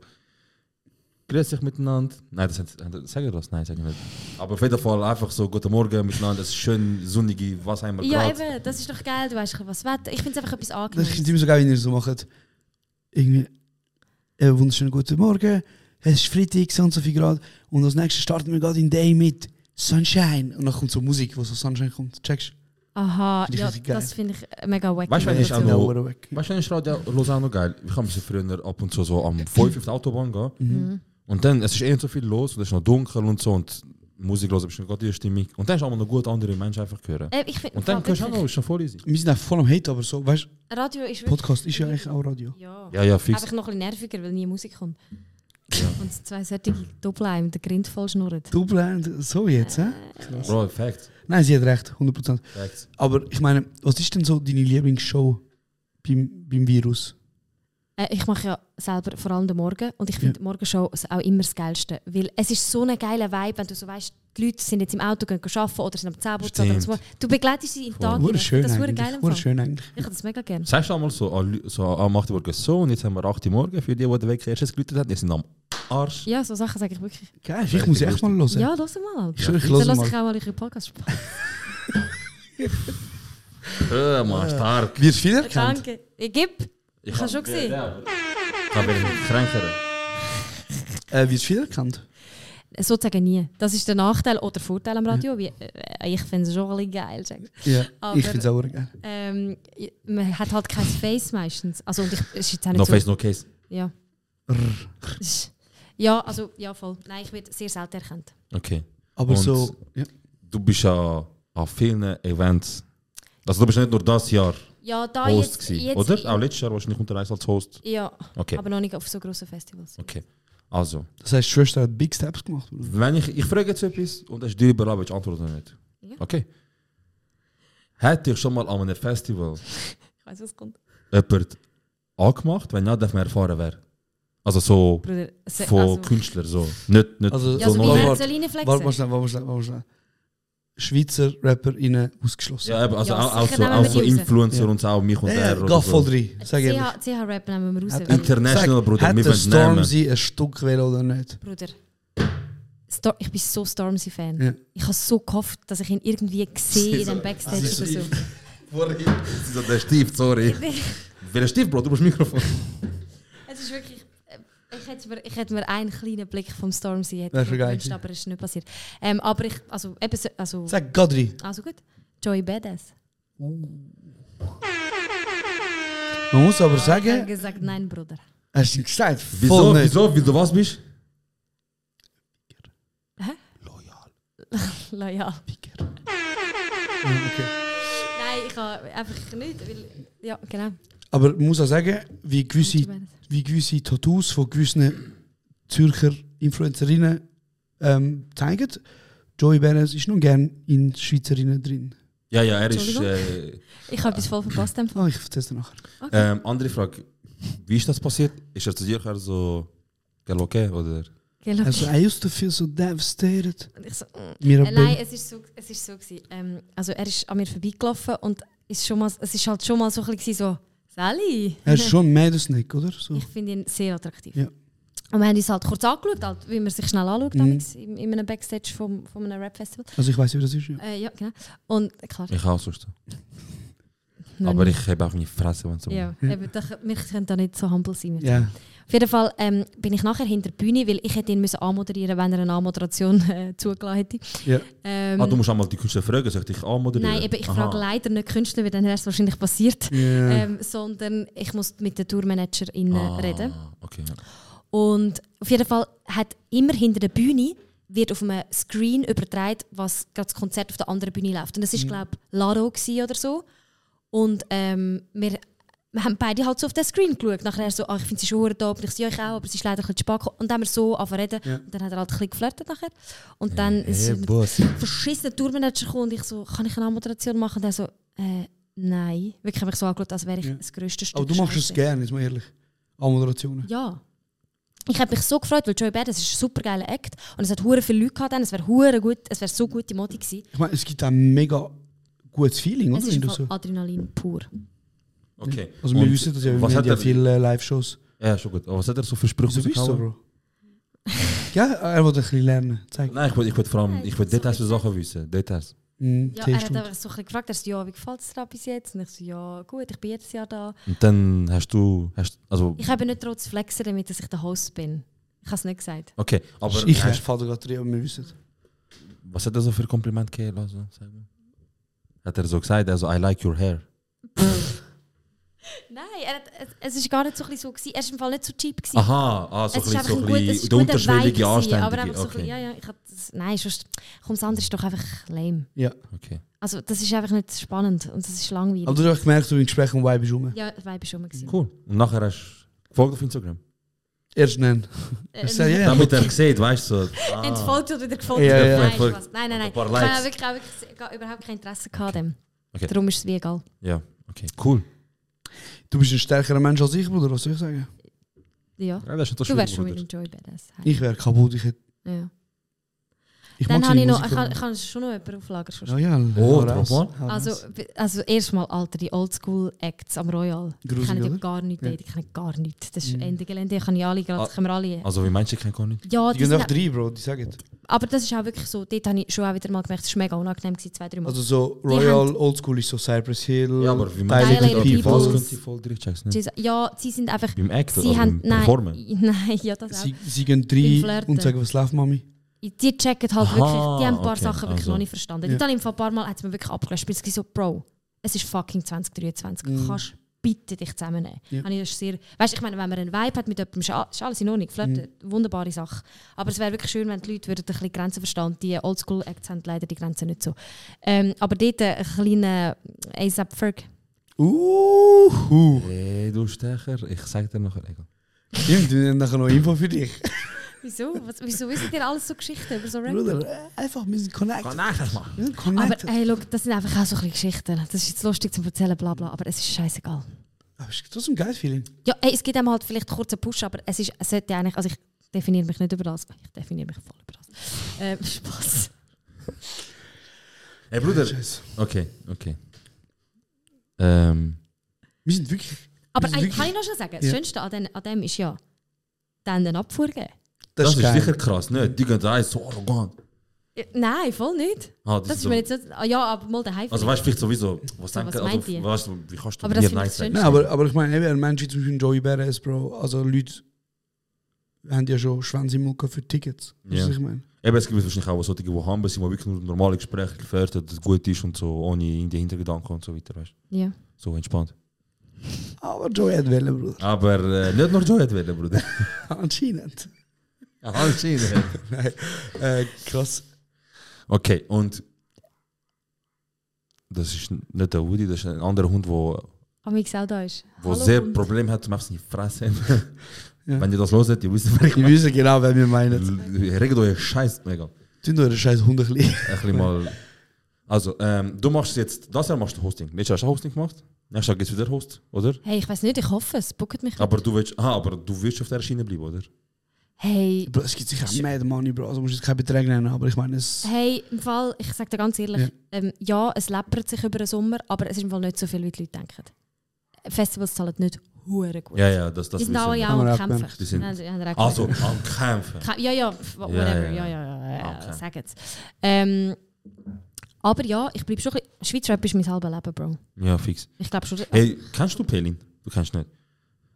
D: grüß dich miteinander. Nein, das hat, hat- sagen wir das? Nein, sagen wir nicht. Aber auf jeden Fall einfach so, guten Morgen miteinander, es ist schön sonnige, was haben wir
J: Ja,
D: gerade.
J: eben, das ist doch geil, du weißt was Wetter. Ich finde es einfach
K: Das
J: etwas
K: ist
J: angenehm.
K: immer so geil, wenn ihr so macht. Irgendwie, einen wunderschönen guten Morgen. Es ist Freitag, so und so viel Grad. Und als nächstes starten wir gerade in den Day mit Sunshine. Und dann kommt so Musik, wo so Sunshine kommt. Checkst
J: Aha,
K: Find ich
J: ja,
K: richtig geil.
J: das finde ich äh, mega wack.
D: Weißt du, wenn ich auch
K: Ja,
D: noch.
K: hure weg.
D: Weißt du, wenn ich auch der Lausanne geil. Ich habe mich früher ab und zu so am 5 auf der Autobahn gehen.
J: Mhm.
D: Und dann, es ist eh nicht so viel los und es ist noch dunkel und so und Musik los, ich gerade die Stimmung. Und dann ist auch noch gut andere Menschen einfach hören.
J: Äh, ich find,
D: Und dann
J: voll,
D: kannst du auch
J: wirklich,
D: noch, ist schon voll easy.
K: du? Wir sind auch voll am Hate, aber so, weißt du,
J: Radio ist wirklich...
K: Podcast ist ja eigentlich auch Radio.
J: Ja.
D: Ja, ja, fix.
J: Einfach noch ein bisschen nerviger, weil nie Musik kommt. Und zwei solche Doppelheim, der Grind voll schnurrt.
K: Doppel, so jetzt, hä? Krass.
D: Bro, Facts.
K: Nein, sie hat recht, 100%.
D: Facts.
K: Aber ich meine, was ist denn so deine Lieblingsshow beim, beim Virus?
J: Äh, ich mache ja selber vor allem den Morgen und ich finde die Morgenshow s- auch immer das Geilste, weil es ist so ein geiler Vibe, wenn du so weißt, die Leute sind jetzt im Auto, gehen arbeiten oder sind am Zähneputzen oder am
D: Stimmt.
J: Zmo- Du begleitest sie im Tag.
K: Wurde
J: hinein.
K: schön
J: das ist
K: eigentlich.
J: geil im
K: hure
J: Fall.
K: schön eigentlich.
J: Ich habe das mega gerne.
D: Sagst du einmal so, an Lü- so ah, am 8 Uhr geht's so und jetzt haben wir 8 Uhr morgen für die, die den Weg erstes gelütet haben, die sind am Arsch.
J: Ja, so Sachen sage ich wirklich.
K: Geil, ich muss echt mal hören.
J: Ja, lass mal.
K: Ich schwöre, ich
J: Dann
K: höre
J: lass ich
K: mal.
J: auch mal eure Podcast
D: Äh, Mann, stark.
K: Wirst du wiedererkannt?
J: Danke. Ich gebe. Ich habe schon gesehen.
D: Ich habe einen Kränkeren.
K: Äh, wirst du wiedererkannt?
J: Sozusagen nie. Das ist der Nachteil oder Vorteil am Radio. Wie, äh, ich finde es schon ein bisschen geil. sag ich.
K: Ja,
J: Aber-
K: ich finde es auch hure geil.
J: Ähm, ich- man hat halt kein Face meistens. Also, und ich, es ist jetzt auch nicht
D: No
J: so,
D: face, no case.
J: Ja. ja, also, ja, voll. Nein, ich werde sehr selten erkannt.
D: Okay.
K: Aber
D: Und-
K: so, ja.
D: Du bist ja an vielen Events. Also du bist nicht nur das Jahr
J: Ja, da
D: Host
J: jetzt,
D: gewesen,
J: jetzt
D: oder? Auch letztes Jahr warst du nicht unterwegs als Host.
J: Ja,
D: Okay.
J: aber noch nicht auf so grossen Festivals.
D: Okay. Also,
K: das heißt, die Schwester hat Big Steps gemacht. Oder?
D: wenn ich, ich frage jetzt etwas und es ist dir überall, willst du antworten oder nicht?
J: Ja.
D: Okay. Hätte ich schon mal an einem Festival
J: Ich weiß, was kommt.
D: jemand angemacht, wenn ja, darf man erfahren, wer. Also so
J: Bruder, se,
D: von
J: also,
D: Künstlern, so. Nicht, nicht
K: Also-
J: ja,
K: Warte,
J: so wie
D: normal.
J: man
K: warte,
J: soll reinflexen.
K: Warte mal schnell, warte mal schnell, warte mal schnell. Schweizer RapperInnen ausgeschlossen.
D: Ja, eben, also
J: Ja,
D: auch, auch
J: sicher
D: so,
J: nehmen wir
D: auch so
J: die raus.
K: Ja.
D: Influencer und so, auch mich und
K: ja,
D: er. oder
K: Äh, geh voll
D: so.
K: rein, sag ehrlich.
J: CH, CH-Rap nehmen wir raus.
K: Hat-
J: weil-
D: International, Bruder,
K: Hat
D: wir
K: der
D: wollen nehmen.
K: Stormzy ein Stück wählen oder nicht?
J: Bruder, Stor ich bin so Stormzy-Fan.
K: Ja.
J: Ich habe so gehofft, dass ich ihn irgendwie sehe in dem Backstage
K: Sie so-
J: oder so.
D: Vorhin. So, der Stift, sorry. Welcher Stift, Bro? Du brauchst Mikrofon.
J: Es ist wirklich. äh, Ich hätte mir, ich hätte mir einen kleinen Blick vom Stormzy hätte
K: Wär
J: ich mir
K: schon geil
J: gewünscht,
K: gewesen.
J: aber es ist nicht passiert. Ähm, aber ich, also, eben, so- also,
K: Sag Gadri.
J: also gut. Joy Badass.
K: Man muss aber
J: Ich habe
K: sagen,
J: gesagt, nein, Bruder.
K: hast du gesagt, voll
D: Wieso,
K: nicht.
D: wieso, wieso, was bist
J: Loyal.
K: Ja, Mm, okay.
J: Nein, ich habe einfach nicht, weil, ja, genau.
K: Aber man muss auch sagen, wie
J: Joy
K: gewisse,
J: Badass.
K: wie gewisse Tattoos von gewissen Zürcher Influencerinnen ähm, zeigen, Joey Benes ist nun gern in Schweizerinnen drin.
D: Ja, ja, er ist.
J: Entschuldigung.
D: Äh,
J: Ich habe etwas voll verpasst. im Fall.
K: Ah, ich erzähl's dir nachher.
D: ähm, andere Frage. Wie ist das passiert? Ist er zu dir her so. Gell, okay? Oder?
J: Gell, okay.
K: Also, I used to feel so devastated.
J: Und ich so, mm.
K: Mir
J: Äh, Nein, es ist so, es ist so gewesen. Ähm, also er ist an mir vorbeigelaufen und ist schon mal, es ist halt schon mal so ein bisschen so, Sally.
K: Er ist Also schon Mädelsnack, oder? So.
J: Ich finde ihn sehr attraktiv.
K: Mhm. Ja.
J: Und wir haben uns halt kurz angeschaut, halt, wie man sich schnell anschaut,
K: Mhm.
J: damals in, in einem Backstage vom, von einem Rap-Festival.
K: Also, ich weiß, wie das ist. Ja.
J: Äh, ja, genau. Und äh, klar.
D: Ich auch sonst.
J: noch
D: Aber
J: nie.
D: ich habe auch meine Fresse, wenn so.
J: Ja, eben, da, wir können da nicht so humble sein. Mit.
K: Hm. ja.
J: Auf jeden Fall ähm, bin ich nachher hinter der Bühne, weil ich hätte ihn müssen anmoderieren wenn er eine Anmoderation äh, zugelassen hätte.
K: ja.
J: Ähm,
D: Ah, du musst einmal die Künstler fragen, soll ich dich anmoderieren?
J: Nein, eben, ich
D: Ah, Aha.
J: frage leider nicht Künstler, weil dann wäre es wahrscheinlich passiert.
K: Ja.
J: Ähm, sondern ich muss mit der Tourmanagerin
D: Ah,
J: reden.
D: Okay. ja.
J: Und auf jeden Fall hat immer hinter der Bühne wird auf einem Screen übertragen, was gerade das Konzert auf der anderen Bühne läuft. Und das
K: Mhm.
J: war, glaube ich, Laro gewesen oder so. Und ähm, wir, wir haben beide halt so auf den Screen geschaut. Nachher er so, ah, ich finde sie schon dope. Und ich so, ja, ich auch, aber sie ist leider ein bisschen zu spät gekommen. Und dann haben wir so angefangen zu reden.
K: Ja.
J: Und dann hat er halt ein bisschen geflirtet nachher. Und dann ist
D: Hey,
J: er mit
D: Boss.
J: verschissenen Tourmanager gekommen und ich so, kann ich eine Moderation machen? Und er so, äh, nein. Wirklich habe ich so angeschaut, als wäre ich
K: Ja.
J: das grösste Stück
K: Aber du machst es
J: Scheiße.
K: gerne, ist mal ehrlich. An Moderationen.
J: Ja. Ich habe mich so gefreut, weil Joy Badass ist ein super geiler Act und es hat hure viele Leute gehabt, dann. es wäre hure gut, es wäre so gute Modi gewesen.
K: Ich meine, es gibt ein mega gutes Feeling, oder?
J: Es
K: Wenn
J: ist
K: du
J: im Fall
K: so.
J: Adrenalin pur.
D: okay.
K: Also, wir
D: Und
K: wissen das ja, wir
D: was
K: haben
D: hat
K: ja
D: er viel?
K: viele äh, Live-Shows.
D: Ja, schon gut. Aber was hat er so für Sprüche
K: Wieso bist du so,
D: rausgehauen?
K: Bro?
L: Ja, er wollte ein bisschen lernen. Zeig.
D: Nein, ich würde ich würd vor allem, ich würde
J: so
D: Details für Sachen wissen. Details.
L: Mhm,
J: Ja, er hat
L: Teestunde.
J: aber so ein bisschen gefragt, er so, ja, wie gefällt es dir bis jetzt? Und ich so, ja, gut, ich bin jedes Jahr da.
D: Und dann hast du, hast, also,
J: Ich habe nicht trotz flexen damit, dass ich der Host bin. Ich habe es nicht gesagt.
D: okay, aber
L: ich
D: hast,
L: falle gerade drei, aber wir wissen es.
D: was hat er so für Kompliment gegeben? Also, sag mal. hat er so gesagt, also, I like your hair.
J: Nein, er hat, es- es war gar nicht so, ein bisschen so gewesen. er war im Fall nicht so cheap. Gewesen.
D: Aha, ah, so ein
J: es
D: bisschen,
J: war
D: so
J: einfach
D: ein
J: ein gut, es
D: bisschen
J: ist guter
D: der
J: Vibe
D: unterschwellige
J: gewesen, aber
D: Anständige.
J: einfach so, ein bisschen- ja,
D: Okay,
J: ja, ich hab das, nein, sonst kommt das andere ist doch einfach lame.
L: Ja.
D: okay.
J: Also das ist einfach nicht spannend und das ist langweilig.
L: Aber du hast gemerkt, du im Gespräch ein Vibe ist rum.
J: ja, der Vibe ist schon mal gewesen.
D: Cool. Und nachher hast du gefolgt auf Instagram.
L: Erst nennen.
J: Ähm,
L: Ja, ja.
D: Damit er sieht, weißt du, so, ah,
J: Entfolgt oder wieder gefolgt.
L: Ja, ja.
J: Nein,
D: Entfolgt.
J: Spaß. nein, nein, nein.
D: Ein paar
J: Ich
D: Likes.
J: habe wirklich, auch wirklich gar- überhaupt kein Interesse an dem.
D: Okay.
J: Darum ist es wie egal.
D: ja, ah, okay, cool.
L: Du bist ein stärkerer Mensch als ich, Bruder, was soll ich sagen?
J: Ja.
D: Ja, das ist doch
J: Du
D: schön,
J: wärst schon mit
D: Bruder.
J: dem Joy Badass. Hi.
L: Ich wäre kaputt. Ich, hätte,
J: Ja.
L: ich
J: Dann
L: mag
J: habe
L: seine
J: ich noch,
L: Musik,
J: ich kann,
L: aber-
J: ich kann schon noch jemanden auf Lager sonst-
K: Ah,
L: Ja, ja.
D: Oh,
L: hau raus,
D: Trommeln.
L: hau raus.
J: Also, b- also erstmal, Alter, die Oldschool-Acts am Royal.
L: Grusig,
J: ich kenne
L: oder?
J: die gar nicht,
L: Ja. Mm.
J: die kenne gar nicht. Das ist Ende Gelände, ich kann ja alle, gerade,
D: Ah.
J: können wir alle.
D: Also, wie meinst du, ich kann gar nicht?
J: Ja, nou-
L: Die
J: die
L: gehen
J: sind,
L: nach drei, Bro, die sagen.
J: aber das ist auch wirklich so, dort habe ich schon auch wieder mal gemerkt, es war mega unangenehm, gewesen, zwei, drei Mal.
L: Also so Royal,
J: haben-
L: Oldschool ist so Cypress Hill,
D: Ja, aber wie
J: Dilated
D: meinst du,
J: People.
D: was könnte ich voll durchchecken? ne?
J: Jesus- ja, sie sind einfach...
D: Beim Acten,
J: Sie
D: also
J: haben,
D: beim Performen.
J: nein, nein, ja, das auch.
L: Sie, sie gehen
J: Beim
L: drei
J: Flirten.
L: und sagen, was läuft, Mami?
J: Die checken halt
D: Aha,
J: wirklich, die haben ein paar
D: okay,
J: Sachen wirklich
D: also.
J: noch nicht verstanden.
L: Ja.
J: Die dann im Fall ein paar Mal hat es mir wirklich abgelöscht, weil es war so, Bro, es ist fucking 2023,
L: Mhm.
J: kannst bitte dich zusammennehmen.
L: Ja.
J: Habe ich das sehr, weißt, du, ich meine, wenn man einen Vibe hat mit jemandem, ist a- ist alles in Ordnung, flirten, wunderbare Sache. Aber es wäre wirklich schön, wenn die Leute würden ein bisschen Grenzen verstanden Die Oldschool-Acts haben leider die Grenzen nicht so. Ähm, aber dort ein kleiner ASAP eh, Ferg.
L: Uhu!
D: Hey, du Stecher, ich sag dir nachher. Egal.
L: Stimmt, wir haben nachher noch Info für dich.
J: Wieso? Was, wieso wissen ihr alles so Geschichten über so Rap?
L: Bruder, äh, einfach, wir sind connected.
D: Nachher machen.
L: Wir sind
J: Aber
L: connected.
J: hey, look, das sind einfach auch so ein bisschen Geschichten. Das ist jetzt lustig zum erzählen, bla bla, aber es ist scheißegal.
L: Aber es ist trotzdem ein geiles Feeling.
J: Ja, ey, es gibt einem halt vielleicht kurz einen Push, aber es, ist, es sollte eigentlich, also ich definiere mich nicht über das. Ich definiere mich voll über das. Ähm, Spaß.
D: Hey, Bruder.
L: Scheiße.
D: Okay, okay. Ähm,
L: Wir sind wirklich...
J: Aber
L: Wir sind
J: ey,
L: wirklich-
J: kann ich noch schon sagen, das
L: Ja.
J: Schönste an, den, an dem ist ja, dann den Abfuhr geben.
D: das, ist,
L: geil.
D: sicher krass, ne? Die gehen da so arrogant.
J: Ja, Nein, voll nicht.
D: Ah,
J: Das ist
D: so,
J: mir jetzt nicht, ah, ja, aber mal daheim.
D: also, weißt du, vielleicht sowieso, was
J: So,
D: denken,
J: was meint
D: also,
J: ihr?
D: weißt du, wie kannst du
J: Aber
D: mir
J: das finde
D: Nein
J: ich
D: sagen?
J: das
L: Nein, aber, aber ich meine, eben, ein Mensch wie zum Beispiel Joey Beres, Bro, also Leute haben ja schon Schwänze im Mund gehabt für Tickets. Weißt
D: Ja.
L: du, was ich meine?
D: Eben, es gibt wahrscheinlich auch solche, die haben, sind, die wirklich nur normale Gespräche geführt haben, das gut ist und so, ohne irgendeinen Hintergedanken und so weiter, weißt du?
J: Ja.
D: So entspannt.
L: Aber Joey hat wollen, Bruder.
D: Aber äh, nicht nur Joy hat wollen, Bruder.
L: Anscheinend.
D: Anscheinend.
L: Ah, Nein, äh, krass.
D: Okay, und das ist nicht der Woody, das ist ein anderer Hund, wo,
J: Aber ich auch da ist.
D: wo
J: Hallo,
D: sehr
J: Hund.
D: Probleme hat, zum Beispiel nicht fressen.
L: Ja.
D: Wenn ihr das loset, ihr wisst, wer ich
L: Die wissen genau, wer wir meinen.
D: meine. Regelt euch Scheiß, mega.
L: Tun eure scheiß Hunde ein bisschen.
D: Ein bisschen mal. Also, ähm, du machst jetzt, das Jahr machst du Hosting. Letztes Jahr hast du Hosting gemacht. Nächstes Jahr geht es wieder Host, oder?
J: Hey, ich weiß nicht, ich hoffe es. Bucket mich.
D: Aber du willst, aha, aber du willst auf der Schiene bleiben, oder?
J: Hey,
L: Bro, es gibt sicher auch Mad Money, Bro. Also musst du jetzt keine Beträge nennen, aber ich meine, es.
J: Hey, im Fall, ich sage dir ganz ehrlich,
L: Ja.
J: ja. Ähm, ja, es läppert sich über den Sommer, aber es ist im Fall nicht so viel, wie die Leute denken. Festivals zahlen nicht hure gut.
D: Ja, ja, das, das
J: die sind
D: wissen
J: alle
D: wir.
J: auch
L: Haben wir
J: am
L: auch
J: Kämpfen.
L: gemerkt.
D: Die sind-
J: Ja, die haben auch
D: Also,
J: gesagt.
D: am Kämpfen.
J: Ka- Ja, ja, f-
D: Ja,
J: whatever.
D: ja, ja.
J: Ja, ja, ja, ja, ja,
D: Okay.
J: sag jetzt. Ähm, aber ja, ich bleibe schon ein bisschen... Schweizer Rap ist mein halbes Leben, Bro.
D: Ja, fix.
J: Ich glaube schon...
D: Hey, kennst du Pelin? Du kennst nicht.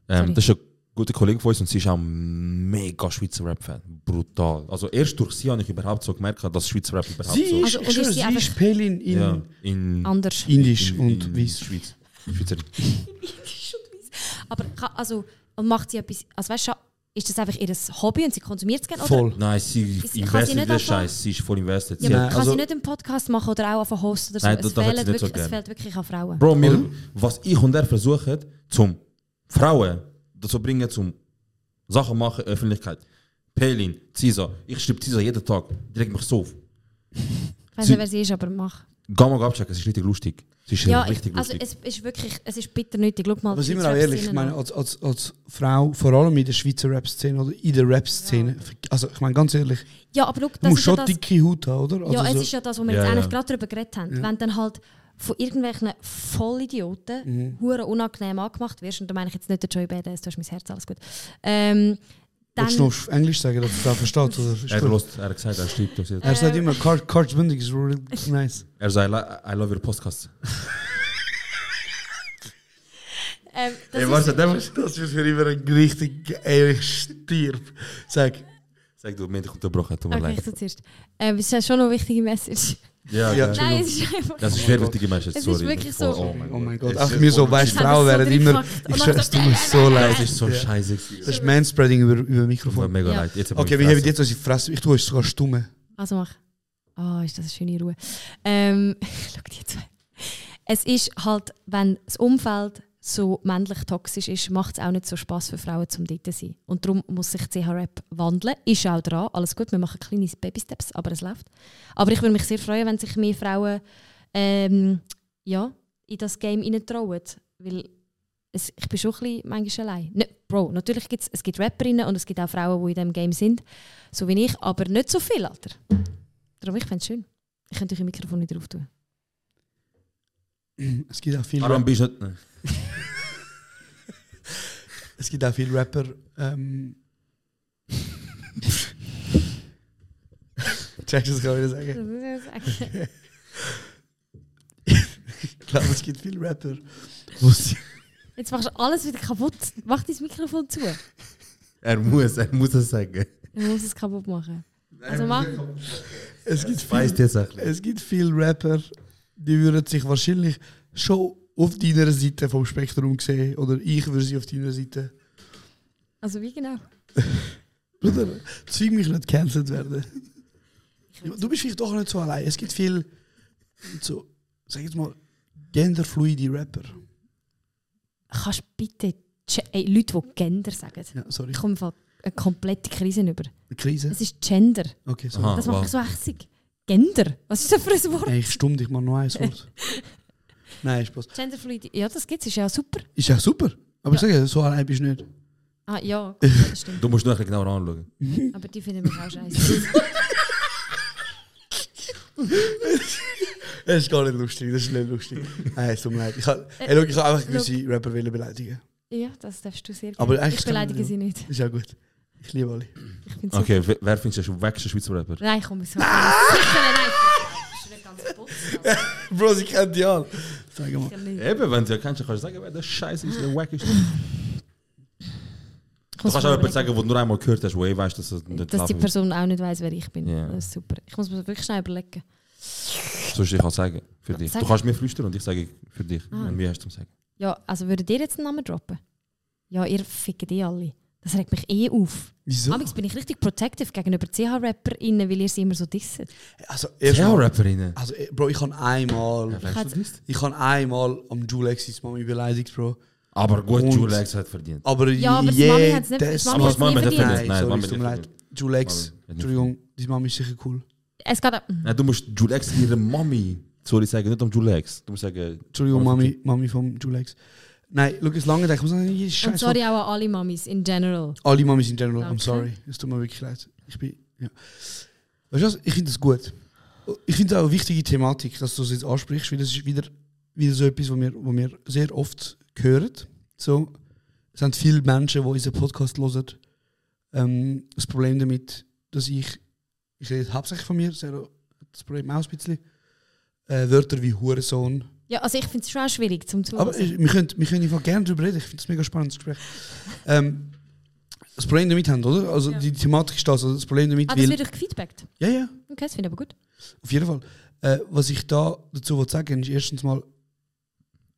D: Ähm,
J: Sorry.
D: das ist ein guter Kollege von uns und sie ist auch ein mega Schweizer Rap-Fan. Brutal. Also erst durch sie habe ich überhaupt so gemerkt, dass Schweizer Rap überhaupt
L: Sie
D: so
L: ist,
J: Also, und
L: ich schwöre,
J: ist sie
L: sie
J: einfach-
L: ist Pelin in
D: ja, in,
J: Anders.
L: Indisch und
D: in
L: Weiss.
D: Schweiz. Schweizerin.
J: Aber ka- also, und macht sie etwas... Also weißt du, ist das einfach ihr Hobby und sie konsumiert es gerne? Oder
L: Voll.
D: Nein, sie
J: kann sie
D: investet
J: nicht
D: in den
J: anfangen?
D: Scheiß. Sie ist voll invested.
J: Ja,
D: Sie
J: aber
L: Nein,
J: kann
L: also-
J: sie nicht einen Podcast machen oder auch auf einen Host oder so?
D: Nein,
J: es,
D: das- das hat sie
J: fehlt
D: nicht so
J: wirklich, es
D: gern.
J: fehlt wirklich an Frauen.
D: Bro, mir,
J: Hm?
D: was ich und er versuchen, zum Frauen dazu bringen, zum Sachen machen, Öffentlichkeit. Pelin, Cisa, ich schreibe Cisa jeden Tag, direkt mich so auf.
J: Ich weiß
D: Sie-
J: nicht, wer sie ist, aber mach.
D: Geh mal abchecken, es ist richtig lustig. Es ist
J: Ja,
D: richtig
J: ich, also
D: lustig.
J: es ist wirklich, es ist bitter nötig. Schau mal,
L: Aber sind wir
J: Schweizer
L: auch ehrlich, ich
J: Rapszene
L: meine,
J: an.
L: als, als, als Frau, vor allem in der Schweizer Rap-Szene oder in der Rap-Szene, also ich meine ganz ehrlich,
J: ja, aber schau,
L: du
J: das
L: musst
J: ist ja
L: schon
J: das,
L: dicke Haut haben, oder?
J: ja,
L: Also
J: es
L: so-
J: ist ja das, wo wir
D: Ja,
J: jetzt eigentlich
D: ja.
J: gerade darüber geredet haben. Wenn dann halt von irgendwelchen
L: Mhm.
J: Vollidioten hure unangenehm angemacht wirst, und da meine ich jetzt nicht der Joy Badass, du hast mein Herz, alles gut. Ähm,
K: Willst du noch auf Englisch sagen, dass du es versteht? Oder? Ist
D: Er,
K: gut.
D: lost, er hat gesagt, er schreibt das jetzt.
K: Er sagt immer, Couch Couch Bending is really nice.
D: Er sagt, I li- I love your podcast.
J: Ähm, das
K: Ey,
J: ist-
K: warte, das ist, das ist für immer ein richtig ehrlich Stirb. Sag,
D: Sag du, mir dich unterbrochen, tut mir
J: Okay, ich
D: leid.
J: tu zuerst. Ähm, es ist ja schon noch eine wichtige Message.
D: Ja,
K: Ja.
D: ja.
J: Nein, es ist einfach.
D: Das ist sehr wichtige Message,
J: Es ist
D: sorry.
J: wirklich
D: Voll-
J: so-
K: oh mein Gott.
D: Es
K: Ach,
D: ist
K: mir so,
D: voll-
K: weißt
J: Ich hab
K: Frauen
J: das so
K: werden immer.
J: reingepackt und
K: Ich
J: dann äh,
K: schwöre,
J: so-
K: es tut mir so
D: Das
K: leid.
D: ist so
K: Ja.
D: scheiße.
K: Das ist
D: gewesen.
K: Manspreading über, über
D: Tut mir
K: Mikrofon.
D: mega
J: Ja.
D: leid. Jetzt hab ich
K: Okay, wir
D: Fresse.
K: haben jetzt unsere Fresse. Ich tue es sogar stumme.
J: Also mach. Ah, ist das eine schöne Ruhe. Ähm, schau die zwei. Es ist halt, wenn das Umfeld so männlich toxisch ist, macht es auch nicht so Spaß für Frauen, zum dort zu sein. Und darum muss sich CH Rap wandeln. Ist auch dran, alles gut. Wir machen kleine Baby-Steps, aber es läuft. Aber ich würde mich sehr freuen, wenn sich mehr Frauen ähm, ja, in das Game trauen. Weil es, ich bin schon ein bisschen manchmal allein. Ne, Bro, natürlich gibt's, es gibt Rapperinnen und es gibt auch Frauen, die in diesem Game sind, so wie ich, aber nicht so viel, Alter. Darum, ich fände es schön. Ich könnte euch ein Mikrofon nicht drauf tun.
K: Es gibt auch viele,
D: Warum
K: Rap
D: bist du nicht.
K: es gibt auch viele Rapper. Ähm, Check, das kann ich nicht sagen. Ich glaube, es gibt viele Rapper, wo sie
J: Jetzt machst du alles wieder kaputt. Mach dein Mikrofon zu.
D: Er muss, er muss es sagen.
J: Du musst es kaputt machen. Also mach.
K: Es gibt, viel,
D: Weißt du jetzt auch nicht.
K: es gibt viele Rapper, die würden sich wahrscheinlich schon auf deiner Seite vom Spektrum sehen. Oder ich würde sie auf deiner Seite.
J: Also wie genau?
K: Bruder, zeig mich nicht gecancelt werden. Du bist vielleicht doch nicht so allein. Es gibt viele, so, sag jetzt mal, genderfluide Rapper.
J: Kannst du bitte Ge- Ey, Leute, die Gender sagen.
K: Ja, sorry,
J: Ich komme im Fall eine komplette Krise über.
K: Krise.
J: Es ist Gender.
K: Okay,
D: Aha.
K: sorry.
J: Das
D: wow.
J: macht mich so hässig. Gender? Was ist das für ein Wort?
K: Ah, Ey, ich stumm dich mal noch ein Wort. Nein, Spaß.
J: Genderfluid. Ja, das gibt's. Ist ja super.
K: Ist ja super. Aber ich sage, so allein bist du nicht.
J: Ah, ja, gut, ja, das stimmt.
D: Du musst noch ein bisschen genauer anschauen.
J: Aber die finden mich auch scheiße.
K: Das ist gar nicht lustig, das ist nicht lustig. Nein, es tut mir leid. Ich habe
J: Äh,
K: hey, schau, ich habe einfach gewisse Rapper wollen beleidigen.
J: ja, das darfst du sehr
K: Aber
J: gerne.
K: eigentlich
J: Ich
K: kann man
J: beleidige
K: ja.
J: sie nicht.
K: Ist ja gut. Ich liebe alle.
J: Ich find's super.
D: Okay, wer- wer findest du, wächst der Schweizer Rapper?
J: Nein, komm, ich sag Nein!
K: Bro, sie kennt die alle. Sag mal.
D: Eben, wenn du ja kennst, dann kannst du sagen, wer der Scheiße ist, der wack ist. Du kannst auch jemanden sagen, wo du nur einmal gehört hast, wo ich weiß, dass es nicht
J: Dass die
D: laufen wird.
J: Person auch nicht weiß, wer ich bin.
D: Ja.
J: Das ist super. Ich muss mir wirklich schnell überlegen.
D: Sonst ich kann sagen, für dich.
J: Sag. Ah.
D: Du kannst mir flüstern und ich sage für dich, wenn mir hast du zu sagen.
J: Ja, also würdet ihr jetzt einen Namen droppen? Ja, ihr fickt die alle. Das regt mich eh auf.
K: Wieso?
J: Aber jetzt bin ich richtig protective gegenüber CH-RapperInnen, weil ihr sie immer so disset.
K: Also, erstmal,
D: rapperinnen
K: also, eh, Bro, ich habe einmal, ich habe einmal am Julexis Mami beleidigt, Bro.
D: Aber gut,
K: Und-
D: Julex hat verdient.
K: Aber
J: Ja, aber die
K: je-
J: Mami hat's nicht-
K: das-
J: die Mami
D: Aber hat's Mami nie hat verdient.
K: Nein,
D: verdient. Nein,
K: sorry,
D: Mami
K: es tut mir
D: hat
K: leid.
D: verdient. Mami
K: Julex,
D: hat nicht
K: Entschuldigung, die Mami ist sicher cool.
J: Es geht.
D: Nein, du musst Julex ihre Mami, sorry, sagen, nicht um Julex. Du musst sagen,
K: Entschuldigung,
D: Aber-
K: Mami, Mami vom Julex. Nein, schau, es lange, ich muss sagen, jede
J: Und
K: Scheiße.
J: sorry auch an alle Mamis in general.
K: Alle Mamis in general, I'm
J: Danke.
K: sorry. Es tut mir wirklich leid. Ich bin, ja. Weißt du was? Ich finde das gut. Ich finde auch eine wichtige Thematik, dass du es jetzt ansprichst, weil das ist wieder, wieder so etwas, was wir, was wir sehr oft hören. So, es sind viele Menschen, die unseren Podcast hören. Ähm, das Problem damit, dass ich, ich rede jetzt hauptsächlich von mir, Sarah hat das Problem auch ein bisschen, äh, Wörter wie Hurensohn.
J: Ja, also ich finde es schon auch schwierig zum Zuhören.
K: Aber ich- wir können, wir können einfach gerne darüber reden. Ich finde es ein mega spannendes Gespräch. Ähm, das Problem damit haben, oder? Also die Thematik ist das. Also das Problem damit,
J: ah, das
K: weil,
J: wird euch gefeedbackt.
K: ja, ja,
J: Okay, das finde ich aber gut.
K: auf jeden Fall. Äh, was ich da dazu will sagen ist erstens mal,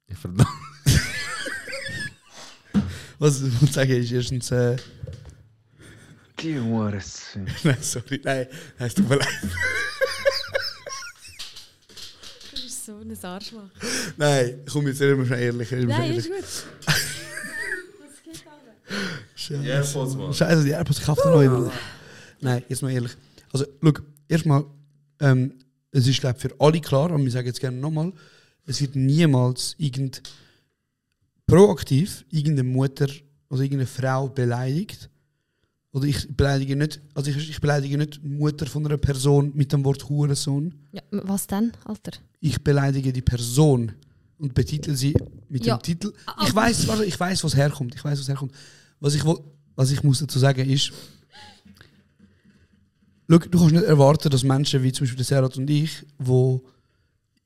D: ich verdammt.
K: was ich will sagen ist erstens, äh,
G: Die Hurensohn.
K: nein, sorry, nein, nein, es tut mir leid.
J: Du bist so ein Arschloch.
K: Nein, komm jetzt reden wir schon ehrlich. Reden wir schon
J: Nein,
K: ehrlich.
J: ist gut. Das geht auch nicht.
K: Scheiße.
D: Airpods, Mann.
K: Scheiße, die AirPods kauft er neu. Bruder. Nein, jetzt mal ehrlich. Also, look, erstmal, ähm, es ist, glaube ich, für alle klar, und wir sagen jetzt gerne nochmal, es wird niemals irgend proaktiv irgendeine Mutter oder irgendeine Frau beleidigt. Oder ich beleidige nicht, also ich, ich beleidige nicht die Mutter von einer Person mit dem Wort Hurensohn.
J: Ja, m- was denn, Alter?
K: Ich beleidige die Person und betitle sie mit
J: Ja.
K: dem Titel.
J: Ah,
K: Ich
J: aber-
K: weiß, warte, ich weiß, was herkommt. Ich weiß, was herkommt. Was ich wo- was ich muss dazu sagen ist, schau, du kannst nicht erwarten, dass Menschen wie zum Beispiel der Serat und ich, wo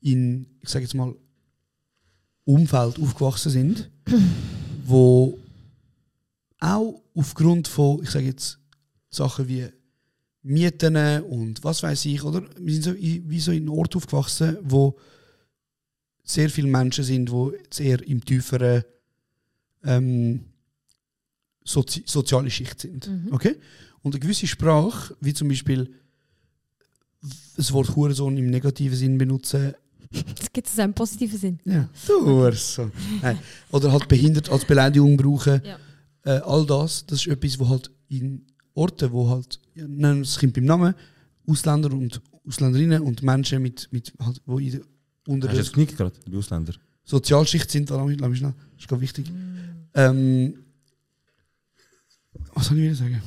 K: in, ich sage jetzt mal, Umfeld aufgewachsen sind, wo auch aufgrund von, ich sage jetzt, Sachen wie Mieten und was weiß ich, oder? Wir sind so in, wie so in einem Ort aufgewachsen, wo sehr viele Menschen sind, die jetzt eher im tieferen ähm, Sozi soziale Schicht sind. Okay? Und eine gewisse Sprache, wie zum Beispiel das Wort Hurensohn im negativen Sinn benutzen,
J: Das gibt es auch im positiven Sinn.
K: ja. äh, Du so. Nein. Oder halt behindert als Beleidigung brauchen.
J: Ja.
K: Äh, all das, das ist etwas, wo halt in Orten, wo halt, ja, nennen wir das Kind beim Namen, Ausländer und Ausländerinnen und Menschen mit, mit halt, wo in der, unter
D: Hast du
K: der
D: jetzt genickt gerade, die Ausländer?
K: Sozialschicht sind, lass mich, lass mich schnell, das ist gerade wichtig. Ähm, was soll ich wieder sagen?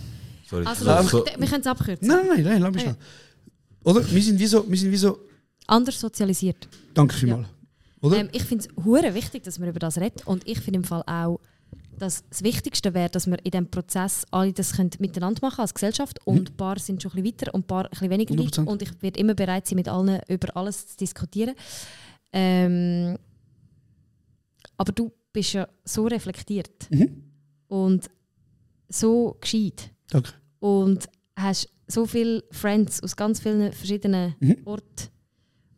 D: Sorry.
J: Also,
D: So-
J: wir,
D: so-
J: wir können es abkürzen. Ah,
K: Nein, nein, nein, lass mich
J: Okay.
K: schnell. Oder? Wir sind wie so, wir sind wie so
J: Anders sozialisiert.
K: danke vielmals. Oder?
J: Ähm, ich finde es hure wichtig, dass man über das redet. Und ich finde im Fall auch, dass das Wichtigste wäre, dass wir in diesem Prozess alle das können miteinander machen als Gesellschaft.
K: Mhm.
J: Und ein paar sind schon ein bisschen weiter und ein paar ein bisschen weniger weit.
K: 100%.
J: Und ich werde immer bereit sein, mit allen über alles zu diskutieren. Ähm, aber du bist ja so reflektiert
K: Mhm.
J: und so gescheit
K: Danke.
J: und hast so viele Friends aus ganz vielen verschiedenen
K: Mhm.
J: Orten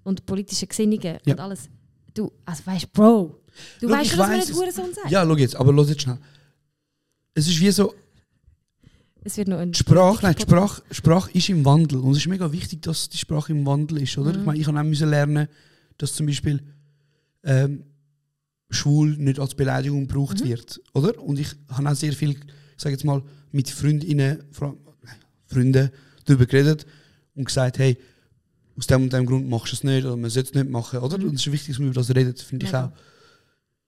J: und politischen Gesinnungen
K: Ja.
J: und alles. Du, also weißt Bro, du
K: Schau,
J: weißt
K: ich
J: schon, dass wir
K: weiss
J: nicht
K: es.
J: Hurensohn sagen.
K: Ja, schau jetzt, aber los jetzt schnell. Es ist wie so,
J: Es wird noch ein
K: die Sprache, nein, die Sprache, Sprache ist im Wandel. Und es ist mega wichtig, dass die Sprache im Wandel ist,
J: Mhm.
K: oder? Ich meine, ich habe auch müssen lernen, dass zum Beispiel ähm, schwul nicht als Beleidigung gebraucht
J: Mhm.
K: wird, oder? Und ich habe auch sehr viel, ich sage jetzt mal, mit Freundinnen, vor allem- nein, Freunden darüber geredet und gesagt, hey, aus dem und dem Grund machst du es nicht oder man sollte es nicht machen, oder?
J: Mhm.
K: Und es ist wichtig, dass man über das redet, finde ich
J: Mega.
K: auch.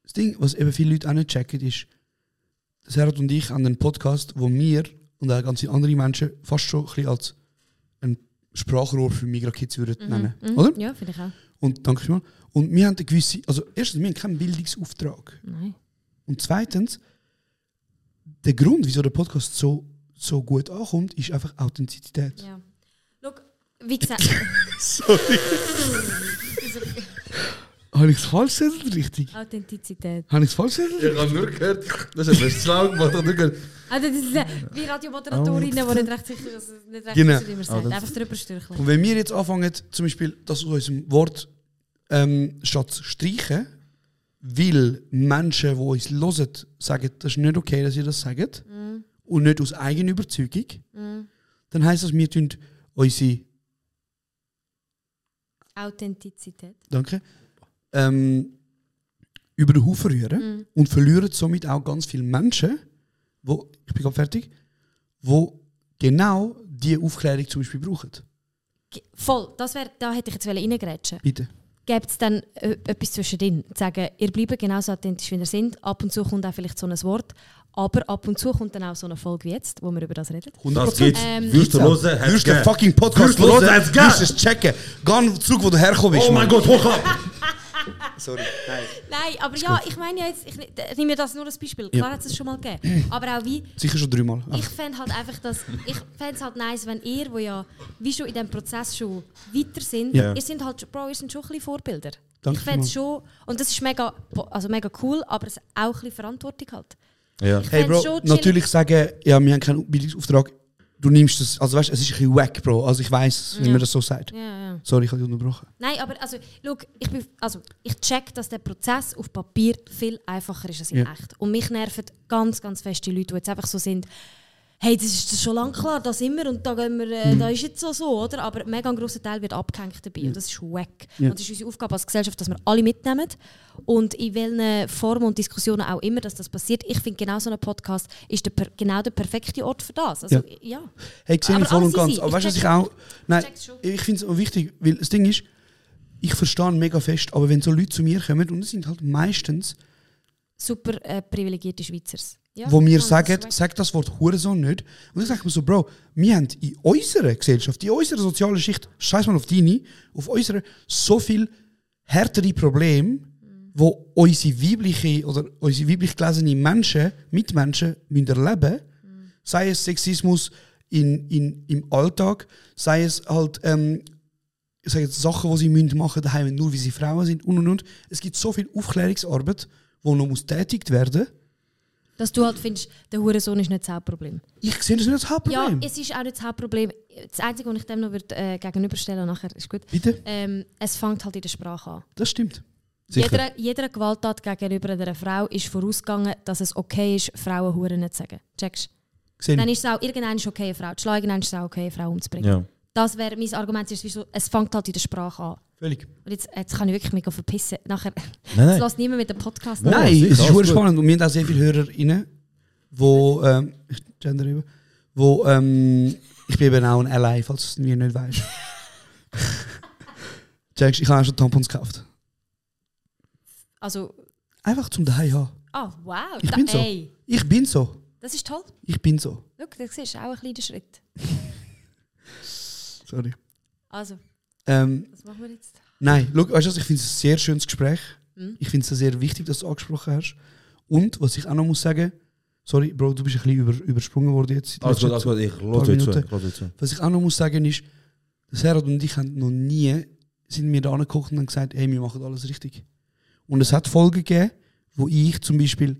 K: Das Ding, was eben viele Leute auch nicht checken, ist, dass Herat und ich an einen Podcast, wo wir und auch ganz viele andere Menschen fast schon ein bisschen als ein Sprachrohr für Migra-Kids würden nennen,
J: Mhm.
K: oder?
J: Ja, finde ich auch.
K: Und danke vielmals. Und wir haben eine gewisse, also erstens, wir haben keinen Bildungsauftrag.
J: Nein.
K: Und zweitens, der Grund, wieso der Podcast so, so gut ankommt, ist einfach Authentizität.
J: Ja. Schau, wie gesagt,
K: Habe ich es falsch gesagt oder richtig?
J: Authentizität.
K: Habe ich es falsch gesagt?
D: Ich habe nur gehört, das ist ein schlau gemacht, nur gehört.
J: Authentizität. Wie Radiomoderatorinnen, die nicht recht sicher dass es nicht recht
K: Genau.
J: wissen, wie man sagt. Einfach drüber stürcheln.
K: Und wenn wir jetzt anfangen, zum Beispiel das aus unserem Wort ähm, statt zu streichen, weil Menschen, die uns hören, sagen, das ist nicht okay, dass ihr das sagt,
J: Mhm.
K: und nicht aus eigener Überzeugung, dann heisst das, wir tun unsere
J: Authentizität.
K: danke, ähm, über den Haufen rühren und verlieren somit auch ganz viele Menschen, wo, ich bin gerade fertig, wo genau diese Aufklärung zum Beispiel brauchen.
J: Ge- Voll, das wär, da hätte ich jetzt reingrätschen
K: Bitte.
J: Gibt es dann äh, etwas zwischendrin? Zu sagen, ihr bleibt genauso authentisch, wie ihr sind. Ab und zu kommt auch vielleicht so ein Wort. Aber ab und zu kommt dann auch so eine Folge wie jetzt, wo wir über das reden.
K: 100%.
D: Das geht.
J: Ähm,
D: Würst du hören, hat's
K: Würdest den
D: gern.
K: fucking Podcast
D: Würdest du hören,
K: hören,
D: hat's gern.
K: würdest es checken. Geh zurück, wo du hergekommen bist.
D: Oh mein
K: Mann.
D: Gott, hoch ab!
K: Sorry.
J: Nein, aber ja, ich meine ja jetzt, ich ne- ich nehme mir das nur als Beispiel. Klar hat es schon mal gegeben. Aber auch wie,
K: Sicher schon dreimal.
J: ich fände halt einfach, dass, ich fänd's halt nice, wenn ihr, wo ja wie schon in diesem Prozess schon weiter sind,
K: Ja.
J: ihr sind halt, schon- Bro, ihr sind schon ein bisschen Vorbilder.
K: Danke
J: ich fände
K: vielmals.
J: es schon, und das ist mega, po- also mega cool, aber es auch ein bisschen Verantwortung halt.
D: Ja.
J: Ich
K: Hey
J: fänd's
K: Bro,
J: schon chillig.
K: natürlich sagen, ja, wir haben keinen Bildungsauftrag. Du nimmst das, also weißt, es ist ein bisschen wack, Bro. Also ich weiß, wenn man das so sagt.
J: Ja, ja.
K: Sorry, ich habe dich unterbrochen.
J: Nein, aber also, look, ich, bin, also, ich check, dass der Prozess auf Papier viel einfacher ist als in
K: Ja.
J: echt. Und mich nerven ganz, ganz fest die Leute, die jetzt einfach so sind, hey, das ist schon lange klar, das immer und da, gehen wir,
K: Mhm.
J: äh, da ist jetzt so so, oder? Aber mega ein grosser Teil wird abgehängt dabei und das ist wack.
K: Ja.
J: Und das ist unsere Aufgabe als Gesellschaft, dass wir alle mitnehmen und in welchen Formen und Diskussionen auch immer, dass das passiert. Ich finde, genau so ein Podcast ist der, per- genau der perfekte Ort für das. Also,
K: Ja.
J: ja. ja.
K: Hey, sehe
J: Aber
K: ich voll
J: alles
K: und ganz.
J: easy.
K: Aber
J: Ich
K: weißt du, was ich
J: check's.
K: auch. Nein,
J: check's schon.
K: ich finde es auch wichtig, weil das Ding ist, ich verstehe mega fest, aber wenn so Leute zu mir kommen, und es sind halt meistens,
J: Super äh, privilegierte Schweizers. Ja,
K: wo
J: Mann,
K: mir
J: das ist
K: sagen,
J: wack.
K: sag das Wort Hurensohn nicht. Und ich sage mir so, Bro, wir haben in unserer Gesellschaft, in unserer sozialen Schicht, scheiß mal auf deine, auf unsere, so viel härtere Probleme, wo unsere weibliche oder unsere weiblich gelesene Menschen, Mitmenschen müssen erleben müssen, Sei es Sexismus in, in, im Alltag, sei es halt ähm, ich sage jetzt, Sachen, die sie müssen machen müssen, nur weil sie Frauen sind und und und. Es gibt so viel Aufklärungsarbeit, die noch muss tätigt werden muss.
J: Dass du halt findest, der Hurensohn ist nicht das Hauptproblem.
K: Ich sehe das nicht als
J: Ja,
K: Hauptproblem.
J: es ist auch nicht das Hauptproblem. Das Einzige, was ich dem noch würde, äh, gegenüberstellen und nachher ist gut.
K: Bitte?
J: Ähm, es fängt halt in der Sprache an.
K: das stimmt. Sicher.
J: Jeder, jeder Gewalttat gegenüber einer Frau ist vorausgegangen, dass es okay ist, Frauen Huren nicht zu sagen. Checkst
K: Gesehen.
J: Dann ist es auch irgendwann ist okay, eine Frau zu schlagen, dann ist es auch okay, eine Frau umzubringen.
D: Ja.
J: Das wäre mein Argument, es ist wie so, es fängt halt in der Sprache an.
K: Völlig.
J: Und jetzt, jetzt kann ich wirklich mega verpissen. Nachher,
D: Nein,
J: das
D: nein.
J: lässt niemand mit dem Podcast
D: Ja,
K: Nein,
D: sicher,
K: es ist
D: alles
K: super
D: gut.
K: spannend. Und wir haben auch sehr viele HörerInnen, wo, ähm, ich gender eben, wo, ähm, ich bin eben auch ein Ally, falls du es mir nicht weißt. Checkst, ich habe auch schon Tampons gekauft.
J: Also,
K: Einfach zum daheim haben.
J: ah, wow.
K: Ich
J: da,
K: bin so.
J: ey,
K: Ich bin so.
J: das ist toll.
K: Ich bin so.
J: Schau, das ist auch ein kleiner Schritt.
K: Sorry.
J: Also,
K: Ähm,
J: was machen wir jetzt?
K: Nein, schau, weißt du, was, ich finde es ein sehr schönes Gespräch. Ich finde es sehr wichtig, dass du es angesprochen hast. Und was ich auch noch muss sagen, sorry, Bro, du bist ein bisschen über, übersprungen worden jetzt.
D: Alles gut, alles gut. Ich lasse euch zu. Ich lasse euch zu.
K: Was ich auch noch muss sagen ist, das Herod und ich haben noch nie sind mir da angekocht und haben gesagt, hey, wir machen alles richtig. Und es hat Folgen gegeben, wo ich zum Beispiel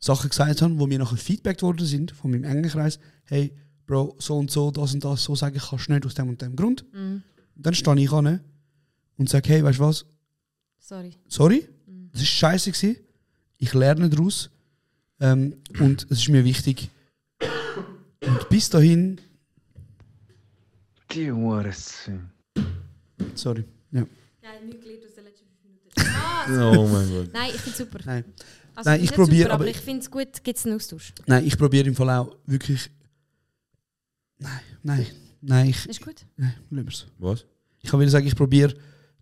K: Sachen gesagt habe, wo mir nachher Feedback worden sind von meinem engen Kreis, hey, Bro, so und so, das und das, so sagen kannst du nicht aus dem und dem Grund.
J: Mhm.
K: Dann stehe ich an ne, und sage, hey, weißt du was,
J: Sorry.
K: sorry, das ist scheiße gewesen. Ich lerne daraus ähm, und es ist mir wichtig. Und bis dahin,
G: Die Uhrensohn.
K: sorry. Ja.
J: Geil, nichts gelernt aus den letzten fünf Minuten.
D: Oh mein Gott.
J: Nein, ich finde es super.
K: Nein.
J: Also,
K: Nein,
J: nicht
K: ich probier,
J: super,
K: aber
J: ich finde es gut, gibt es einen Austausch.
K: Nein, ich probiere im Fall auch wirklich. Nein, nein, nein, ich.
J: Das ist gut.
K: Nein, lassen wir's.
D: Was?
K: Ich kann wieder sagen, ich probiere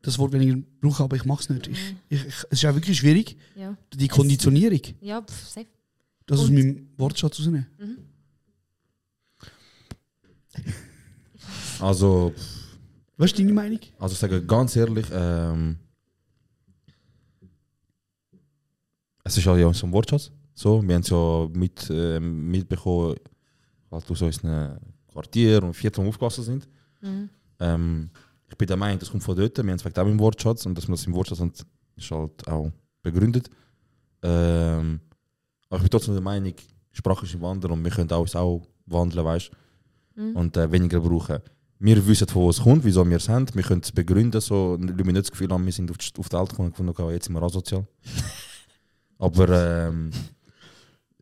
K: das Wort weniger brauchen, aber ich mache es nicht. Ich, ich, ich, es ist auch wirklich schwierig,
J: Ja,
K: die Konditionierung,
J: ja pff, safe.
K: das aus
J: Und-
K: meinem Wortschatz rausnehmen.
D: Also, pff,
K: Was ist deine Meinung?
D: also ich sage ganz ehrlich, ähm, es ist ja ja so ein Wortschatz. So, wir haben es ja mit, ähm, mitbekommen, halt aus unserem Quartier und Viertel aufgewachsen sind. Ähm, ich bin der Meinung, das kommt von dort. Wir haben es wegen dem im Wortschatz und dass wir das im Wortschatz haben, ist halt auch begründet. Ähm, aber ich bin trotzdem der Meinung, Sprache ist im Wandel und wir können uns auch wandeln, weißt und äh, weniger brauchen. Wir wissen, von wo es kommt, wieso wir es haben. Wir können es begründen. So, Leute müssen nicht das Gefühl haben, wir sind auf die, auf die Welt gekommen und gefunden, okay, jetzt sind wir asozial. Aber ähm,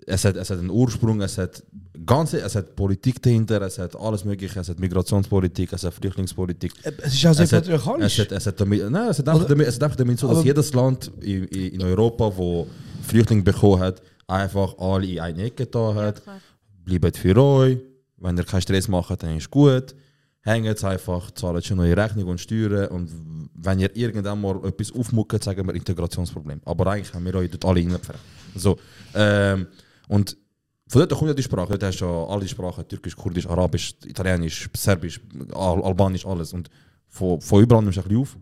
D: es, hat, es hat einen Ursprung, es hat, ganze, es hat Politik dahinter, es hat alles Mögliche, es hat Migrationspolitik, es hat Flüchtlingspolitik.
K: Äh, Es ist auch sehr
L: Also
D: Es hat,
K: patriarchalisch.
D: es, hat, es, hat damit, nein, es, hat einfach damit, es hat einfach damit so, dass
K: Aber-
D: jedes Land in, in in Europa, wo Flüchtlinge bekommen hat, einfach alle in eine Ecke getan hat. Bleibt für euch. Wenn ihr keinen Stress macht, dann ist gut. Hängt einfach, zahlt schon eure Rechnung und Steuern. Und wenn ihr irgendwann mal etwas aufmuckt, sagen wir Integrationsproblem. Aber eigentlich haben wir euch dort alle hineingepfercht. So. Ähm, und von dort kommt ja die Sprache. Dort hast du ja alle Sprachen: Türkisch, Kurdisch, Arabisch, Italienisch, Serbisch, Al Albanisch, alles. Und von, von überall nimmst du ein bisschen auf.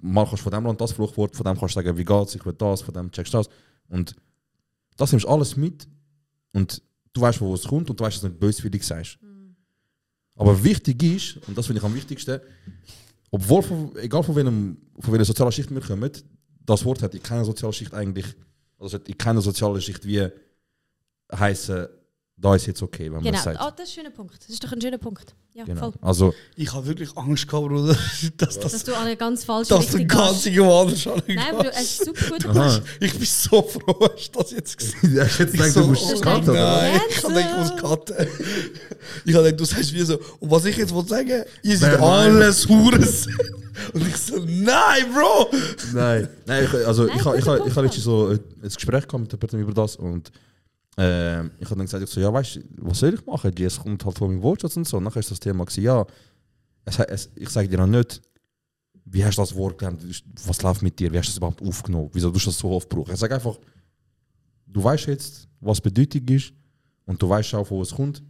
D: Mal kannst du von dem Land das Fluchwort, von dem kannst du sagen, wie geht's, ich will das, von dem checkst du das. Und das nimmst du alles mit und du weißt, wo es kommt und du weißt, dass du nicht böswillig sagst.
J: Mhm.
D: Aber wichtig ist, und das finde ich am wichtigsten, obwohl, von, egal von, welchem, von welcher sozialen Schicht wir kommen, das Wort hat in keiner sozialen Schicht eigentlich, also es hat in keiner sozialen Schicht wie heißen, da ist jetzt okay, wenn man
J: Genau.
D: es sagt.
J: Ah, das ist ein schöner Punkt. Das ist doch ein schöner Punkt. Ja,
D: Genau.
J: voll.
D: Also,
K: Ich habe wirklich Angst gehabt, Bruder, dass
J: Dass
K: das,
J: du an eine ganz falsche
K: dass der
J: Richtung gehst.
K: ganze Gewand schon
J: Nein, aber du, es ist super gut.
D: Aha.
K: Ich bin so froh, dass du das jetzt oh, gesehen
D: ich hätte jetzt gedacht, du musst es cutten, oder?
K: Nein, ich habe gedacht, ich muss cutten. äh, Ich habe gedacht, du sagst wie so, und was ich jetzt wollte sagen, ihr seid
D: Nein, nein.
K: alles Hures. Und ich so, nein, Bro!
D: Nein, nein, ich, also
J: Nein,
D: ich habe ich,
J: guter
D: ha- ich
J: Punkt,
D: ha letztens so ein ein Gespräch gehabt mit jemandem über das und ähm, ich habe dann gesagt, ich so, ja weißt du, was soll ich machen? Es kommt halt von meinem Wortschatz und so. Und nachher ist das Thema gewesen, ja, es, he- es, ich sage dir noch nicht, wie hast du das Wort gelernt? Was läuft mit dir? Wie hast du das überhaupt aufgenommen? Wieso tust du das so oft brauchen? Ich sage einfach, du weißt jetzt, was Bedeutung ist und du weißt auch, wo es kommt.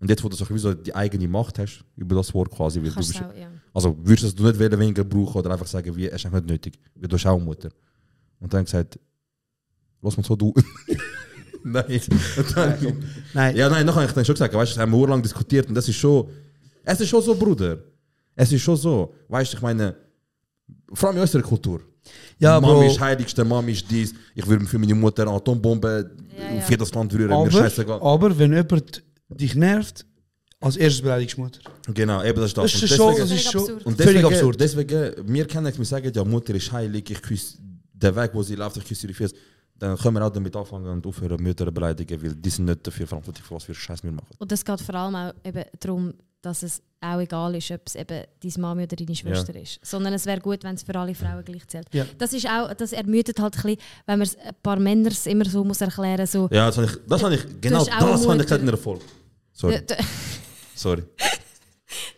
D: Und jetzt, wo du so, ein bisschen so die eigene Macht hast über das Wort quasi, weil du
J: Kannst
D: bist,
J: du auch, ja.
D: also würdest du es nicht wollen, weniger brauchen oder einfach sagen, wie, es ist eigentlich nicht nötig, weil du bist auch Mutter. Und dann gesagt, lass mal so du. Nein.
L: Nein.
D: ja, nein, noch habe ich dann schon gesagt, weißt du, das haben wir urlang diskutiert und das ist schon. Es ist schon so, Bruder. Es ist schon so. Weißt du, ich meine, vor allem in unserer Kultur.
L: Ja,
D: Mami
L: Bro.
D: ist heiligste, Mami ist dies. Ich würde für meine Mutter eine Atombombe auf jedes Land rühren, mir scheißegal.
L: Aber, aber wenn jemand dich nervt, als erstes beleidigst du die Mutter.
D: Genau, eben das ist das. Und
L: Das ist schon, das
D: deswegen-
L: ist schon
J: absurd.
D: Und
L: völlig
D: deswegen,
L: absurd.
D: Deswegen, wir kennen es, wir sagen, ja, Mutter ist heilig, ich küsse den Weg, wo sie läuft, ich küsse ihre Füße. Dann können wir auch damit anfangen und aufhören, Mütter zu beleidigen, weil die sind nicht dafür verantwortlich, für was für Scheiß wir machen.
J: Und es geht vor allem auch eben darum, dass es auch egal ist, ob es eben deine Mami oder deine Schwester ist. Sondern es wäre gut, wenn es für alle Frauen gleich zählt.
L: Ja.
J: Das ist auch, das ermüdet halt ein bisschen, wenn man es ein paar Männern es immer so muss erklären muss. So,
D: Ja, das habe ich, das habe ich genau
J: hast auch
D: das habe
J: Mutter.
D: ich gesagt in der Folge. Sorry,
J: du,
D: sorry.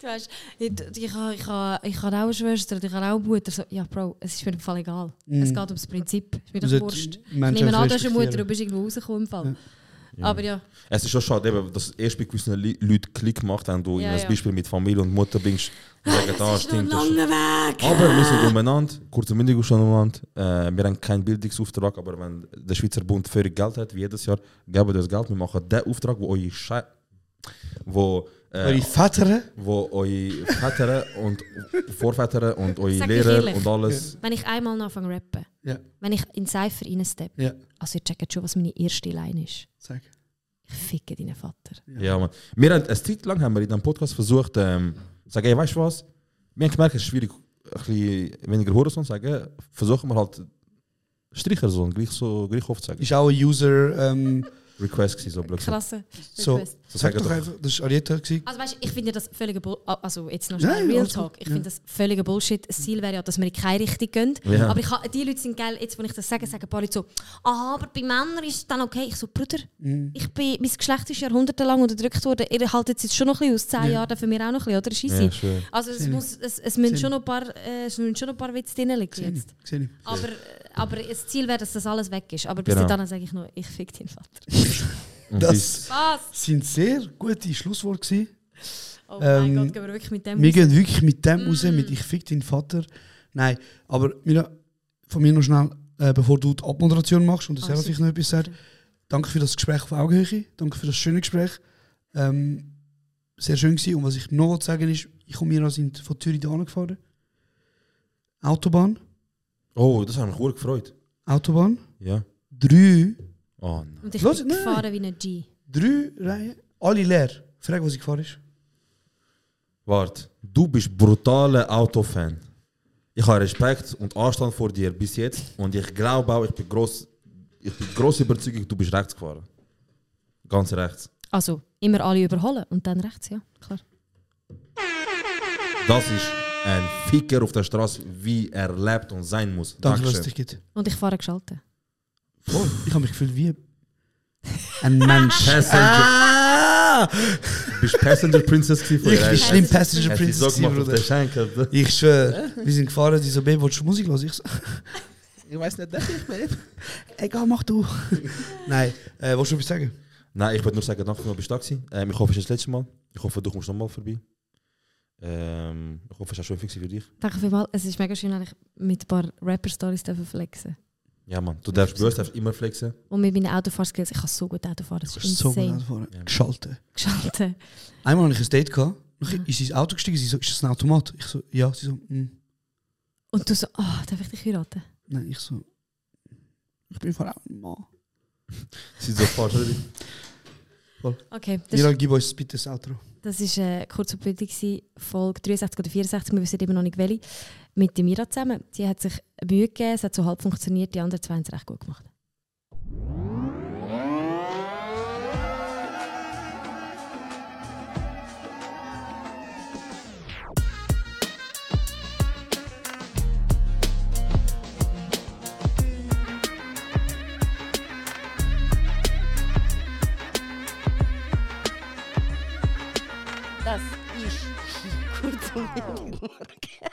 J: du hast, ich, ich, habe, ich, habe, ich habe auch eine Schwester, ich habe auch eine Mutter. So, ja, Bro, es ist mir im Fall egal.
D: Mhm.
J: Es geht ums Prinzip. Es ist mir
D: Also,
L: Man
J: doch
L: sollte
J: wurscht. Ich
L: Menschen
J: nehme an, du hast eine
L: respektieren.
J: Mutter, du bist irgendwo rausgekommen im Fall. Aber ja,
D: Es ist schon schade, eben, dass erst bei gewissen Li- Leuten Klick macht, wenn du
J: Ja,
D: in ein
J: ja.
D: Beispiel mit Familie und Mutter bist und sagst, ah,
J: es ist noch ein
D: stimmt. das ist-
J: langer Weg.
D: Aber wir sind umeinander, kurz und mündig schon umeinander. Äh, wir haben keinen Bildungsauftrag, aber wenn der Schweizer Bund für Geld hat, wie jedes Jahr, geben wir das Geld. Wir machen den Auftrag, wo eure Schei wo, äh,
L: Eure Väter,
D: wo eure Väter und Vorväter und eure
J: Sag ich
D: Lehrer
J: ehrlich.
D: und alles.
J: Wenn ich einmal noch anfange zu rappen,
L: ja,
J: wenn ich in Cypher reinsteppe,
L: ja,
J: also ihr checkt schon, was meine erste Line ist.
L: sag.
J: Ich ficke deinen Vater.
D: Ja, man. Wir haben eine Zeit lang haben wir in diesem Podcast versucht, ähm, sagen, ey, weißt du was? Wir haben gemerkt, es ist schwierig, ein bisschen weniger Horizont zu sagen. Versuchen wir halt Strichersohn, gleich so, gleich oft zu sagen.
L: Ist auch ein User, ähm,
D: Request gewesen, so blöd.
J: Krasse.
L: so.
J: Request.
D: So
L: Sag
D: sag
L: doch
D: doch.
L: einfach, das war Arietta. gewesen.
J: Also weißt, du, ich finde das völliger Bull also jetzt noch
L: Nein,
J: schnell Real
L: alles
J: Talk.
L: gut,
J: Ich
L: ja.
J: finde das völliger Bullshit. Das Ziel wäre ja, dass wir in keine Richtung gehen.
D: Ja.
J: Aber ich, ha- die Leute sind geil, jetzt, wenn ich das sage, sagen ein paar Leute so, ah, aber bei Männern ist es dann okay. Ich so, Bruder,
K: Mhm.
J: ich bin, mein Geschlecht ist jahrhundertelang unterdrückt worden. Ihr haltet es jetzt schon noch ein bisschen aus. Zehn Jahre dürfen wir auch noch ein bisschen, oder? Scheisse.
D: Ja, schön.
J: also es, muss, es, es, müssen schon noch ein paar, äh, es müssen schon noch ein paar Witze drin liegen
L: Sehe ich,
J: jetzt.
L: sehe ich.
J: Aber, äh, aber das Ziel wäre, dass das alles weg ist. Aber bis
D: Genau.
J: dann sage ich noch, ich fick den Vater.
D: Und bis-
L: Das
J: Was?
L: sind sehr gute Schlussworte. gewesen.
J: Oh
L: Ähm,
J: mein Gott, gehen wir wirklich mit dem
L: Wir
J: raus?
L: gehen wirklich mit dem raus, mit Ich fick deinen Vater. Nein, aber Mira, von mir noch schnell, äh, bevor du die Abmoderation machst und selber vielleicht noch etwas sagst, danke für das Gespräch auf Augenhöhe, danke für das schöne Gespräch. Ähm, sehr schön gewesen. Und was ich noch wollte sagen ist, ich und Mira sind von Zürich da angefahren. Autobahn,
D: Oh, das hat mich sehr gefreut.
L: Autobahn,
D: Ja.
L: drei,
D: Oh nein.
J: Und ich
L: Los,
J: bin
L: nein.
J: gefahren wie ein G.
L: drei Reihen, alle leer. Frag, was ich gefahren ist.
D: Warte, du bist brutaler Autofan. Ich habe Respekt und Anstand vor dir bis jetzt und ich glaube auch, ich bin groß, ich bin groß überzeugt, du bist rechts gefahren. Ganz rechts.
J: Also immer alle überholen und dann rechts, ja, klar.
D: Das ist ein Ficker auf der Straße, wie er lebt und sein muss.
L: Danke, dass es
D: Dankeschön.
L: dich gibt.
J: Und ich fahre geschalten.
L: Voll. Ich habe mich gefühlt wie ein Mensch.
D: Passenger. Bist Passenger Princess gewesen
L: Ah! Ich
D: vorher?
L: bin schlimm Passenger
D: Hätte ich so
L: Princess,
D: gemacht auf
L: Bruder.
D: der Schenkel.
L: Ich schwöre, wir sind gefahren, die so, Babe, willst du Musik hören? Ich so,
D: Ich weiß nicht,
L: egal, mach du. Nein, äh, willst du etwas sagen?
D: Nein, ich würde nur sagen, danke mal bist du da gewesen. Ähm, ich hoffe, es ist das letzte Mal. Ich hoffe, du kommst nochmal vorbei. Ähm, ich hoffe, es ist auch schön fix für dich.
J: Danke vielmals. Es ist mega schön, wenn ich mit ein paar Rapper-Stories dürfen flexen
D: Ja, Mann. Du darfst bei uns darfst immer flexen.
J: Und mit meinen Autofahrskills, ich kann so gut Autofahren, das
L: Das
J: ist
L: ist so gut
J: insane.
L: angefahren. Geschalten.
J: Geschalten.
L: Einmal hatte ich ein Date, gehabt, dann ist sie ins Auto gestiegen, sie so, ist das ein Automat? Ich so, ja. Sie so, «Hm.»
J: Und du so, ah, darf ich dich heiraten?
L: nein, ich so, ich bin vor allem ein Mann.
D: Sie so fast.
J: Okay, das,
L: Mira, gib uns bitte das Outro.
J: das ist äh, kurz und bündig gewesen, Folge 63 oder 64, wir wissen immer noch nicht welche, mit der Mira zusammen. Sie hat sich Mühe gegeben, es hat so halb funktioniert, die anderen zwei haben es recht gut gemacht.
M: Das ist kurz und bündig morgen.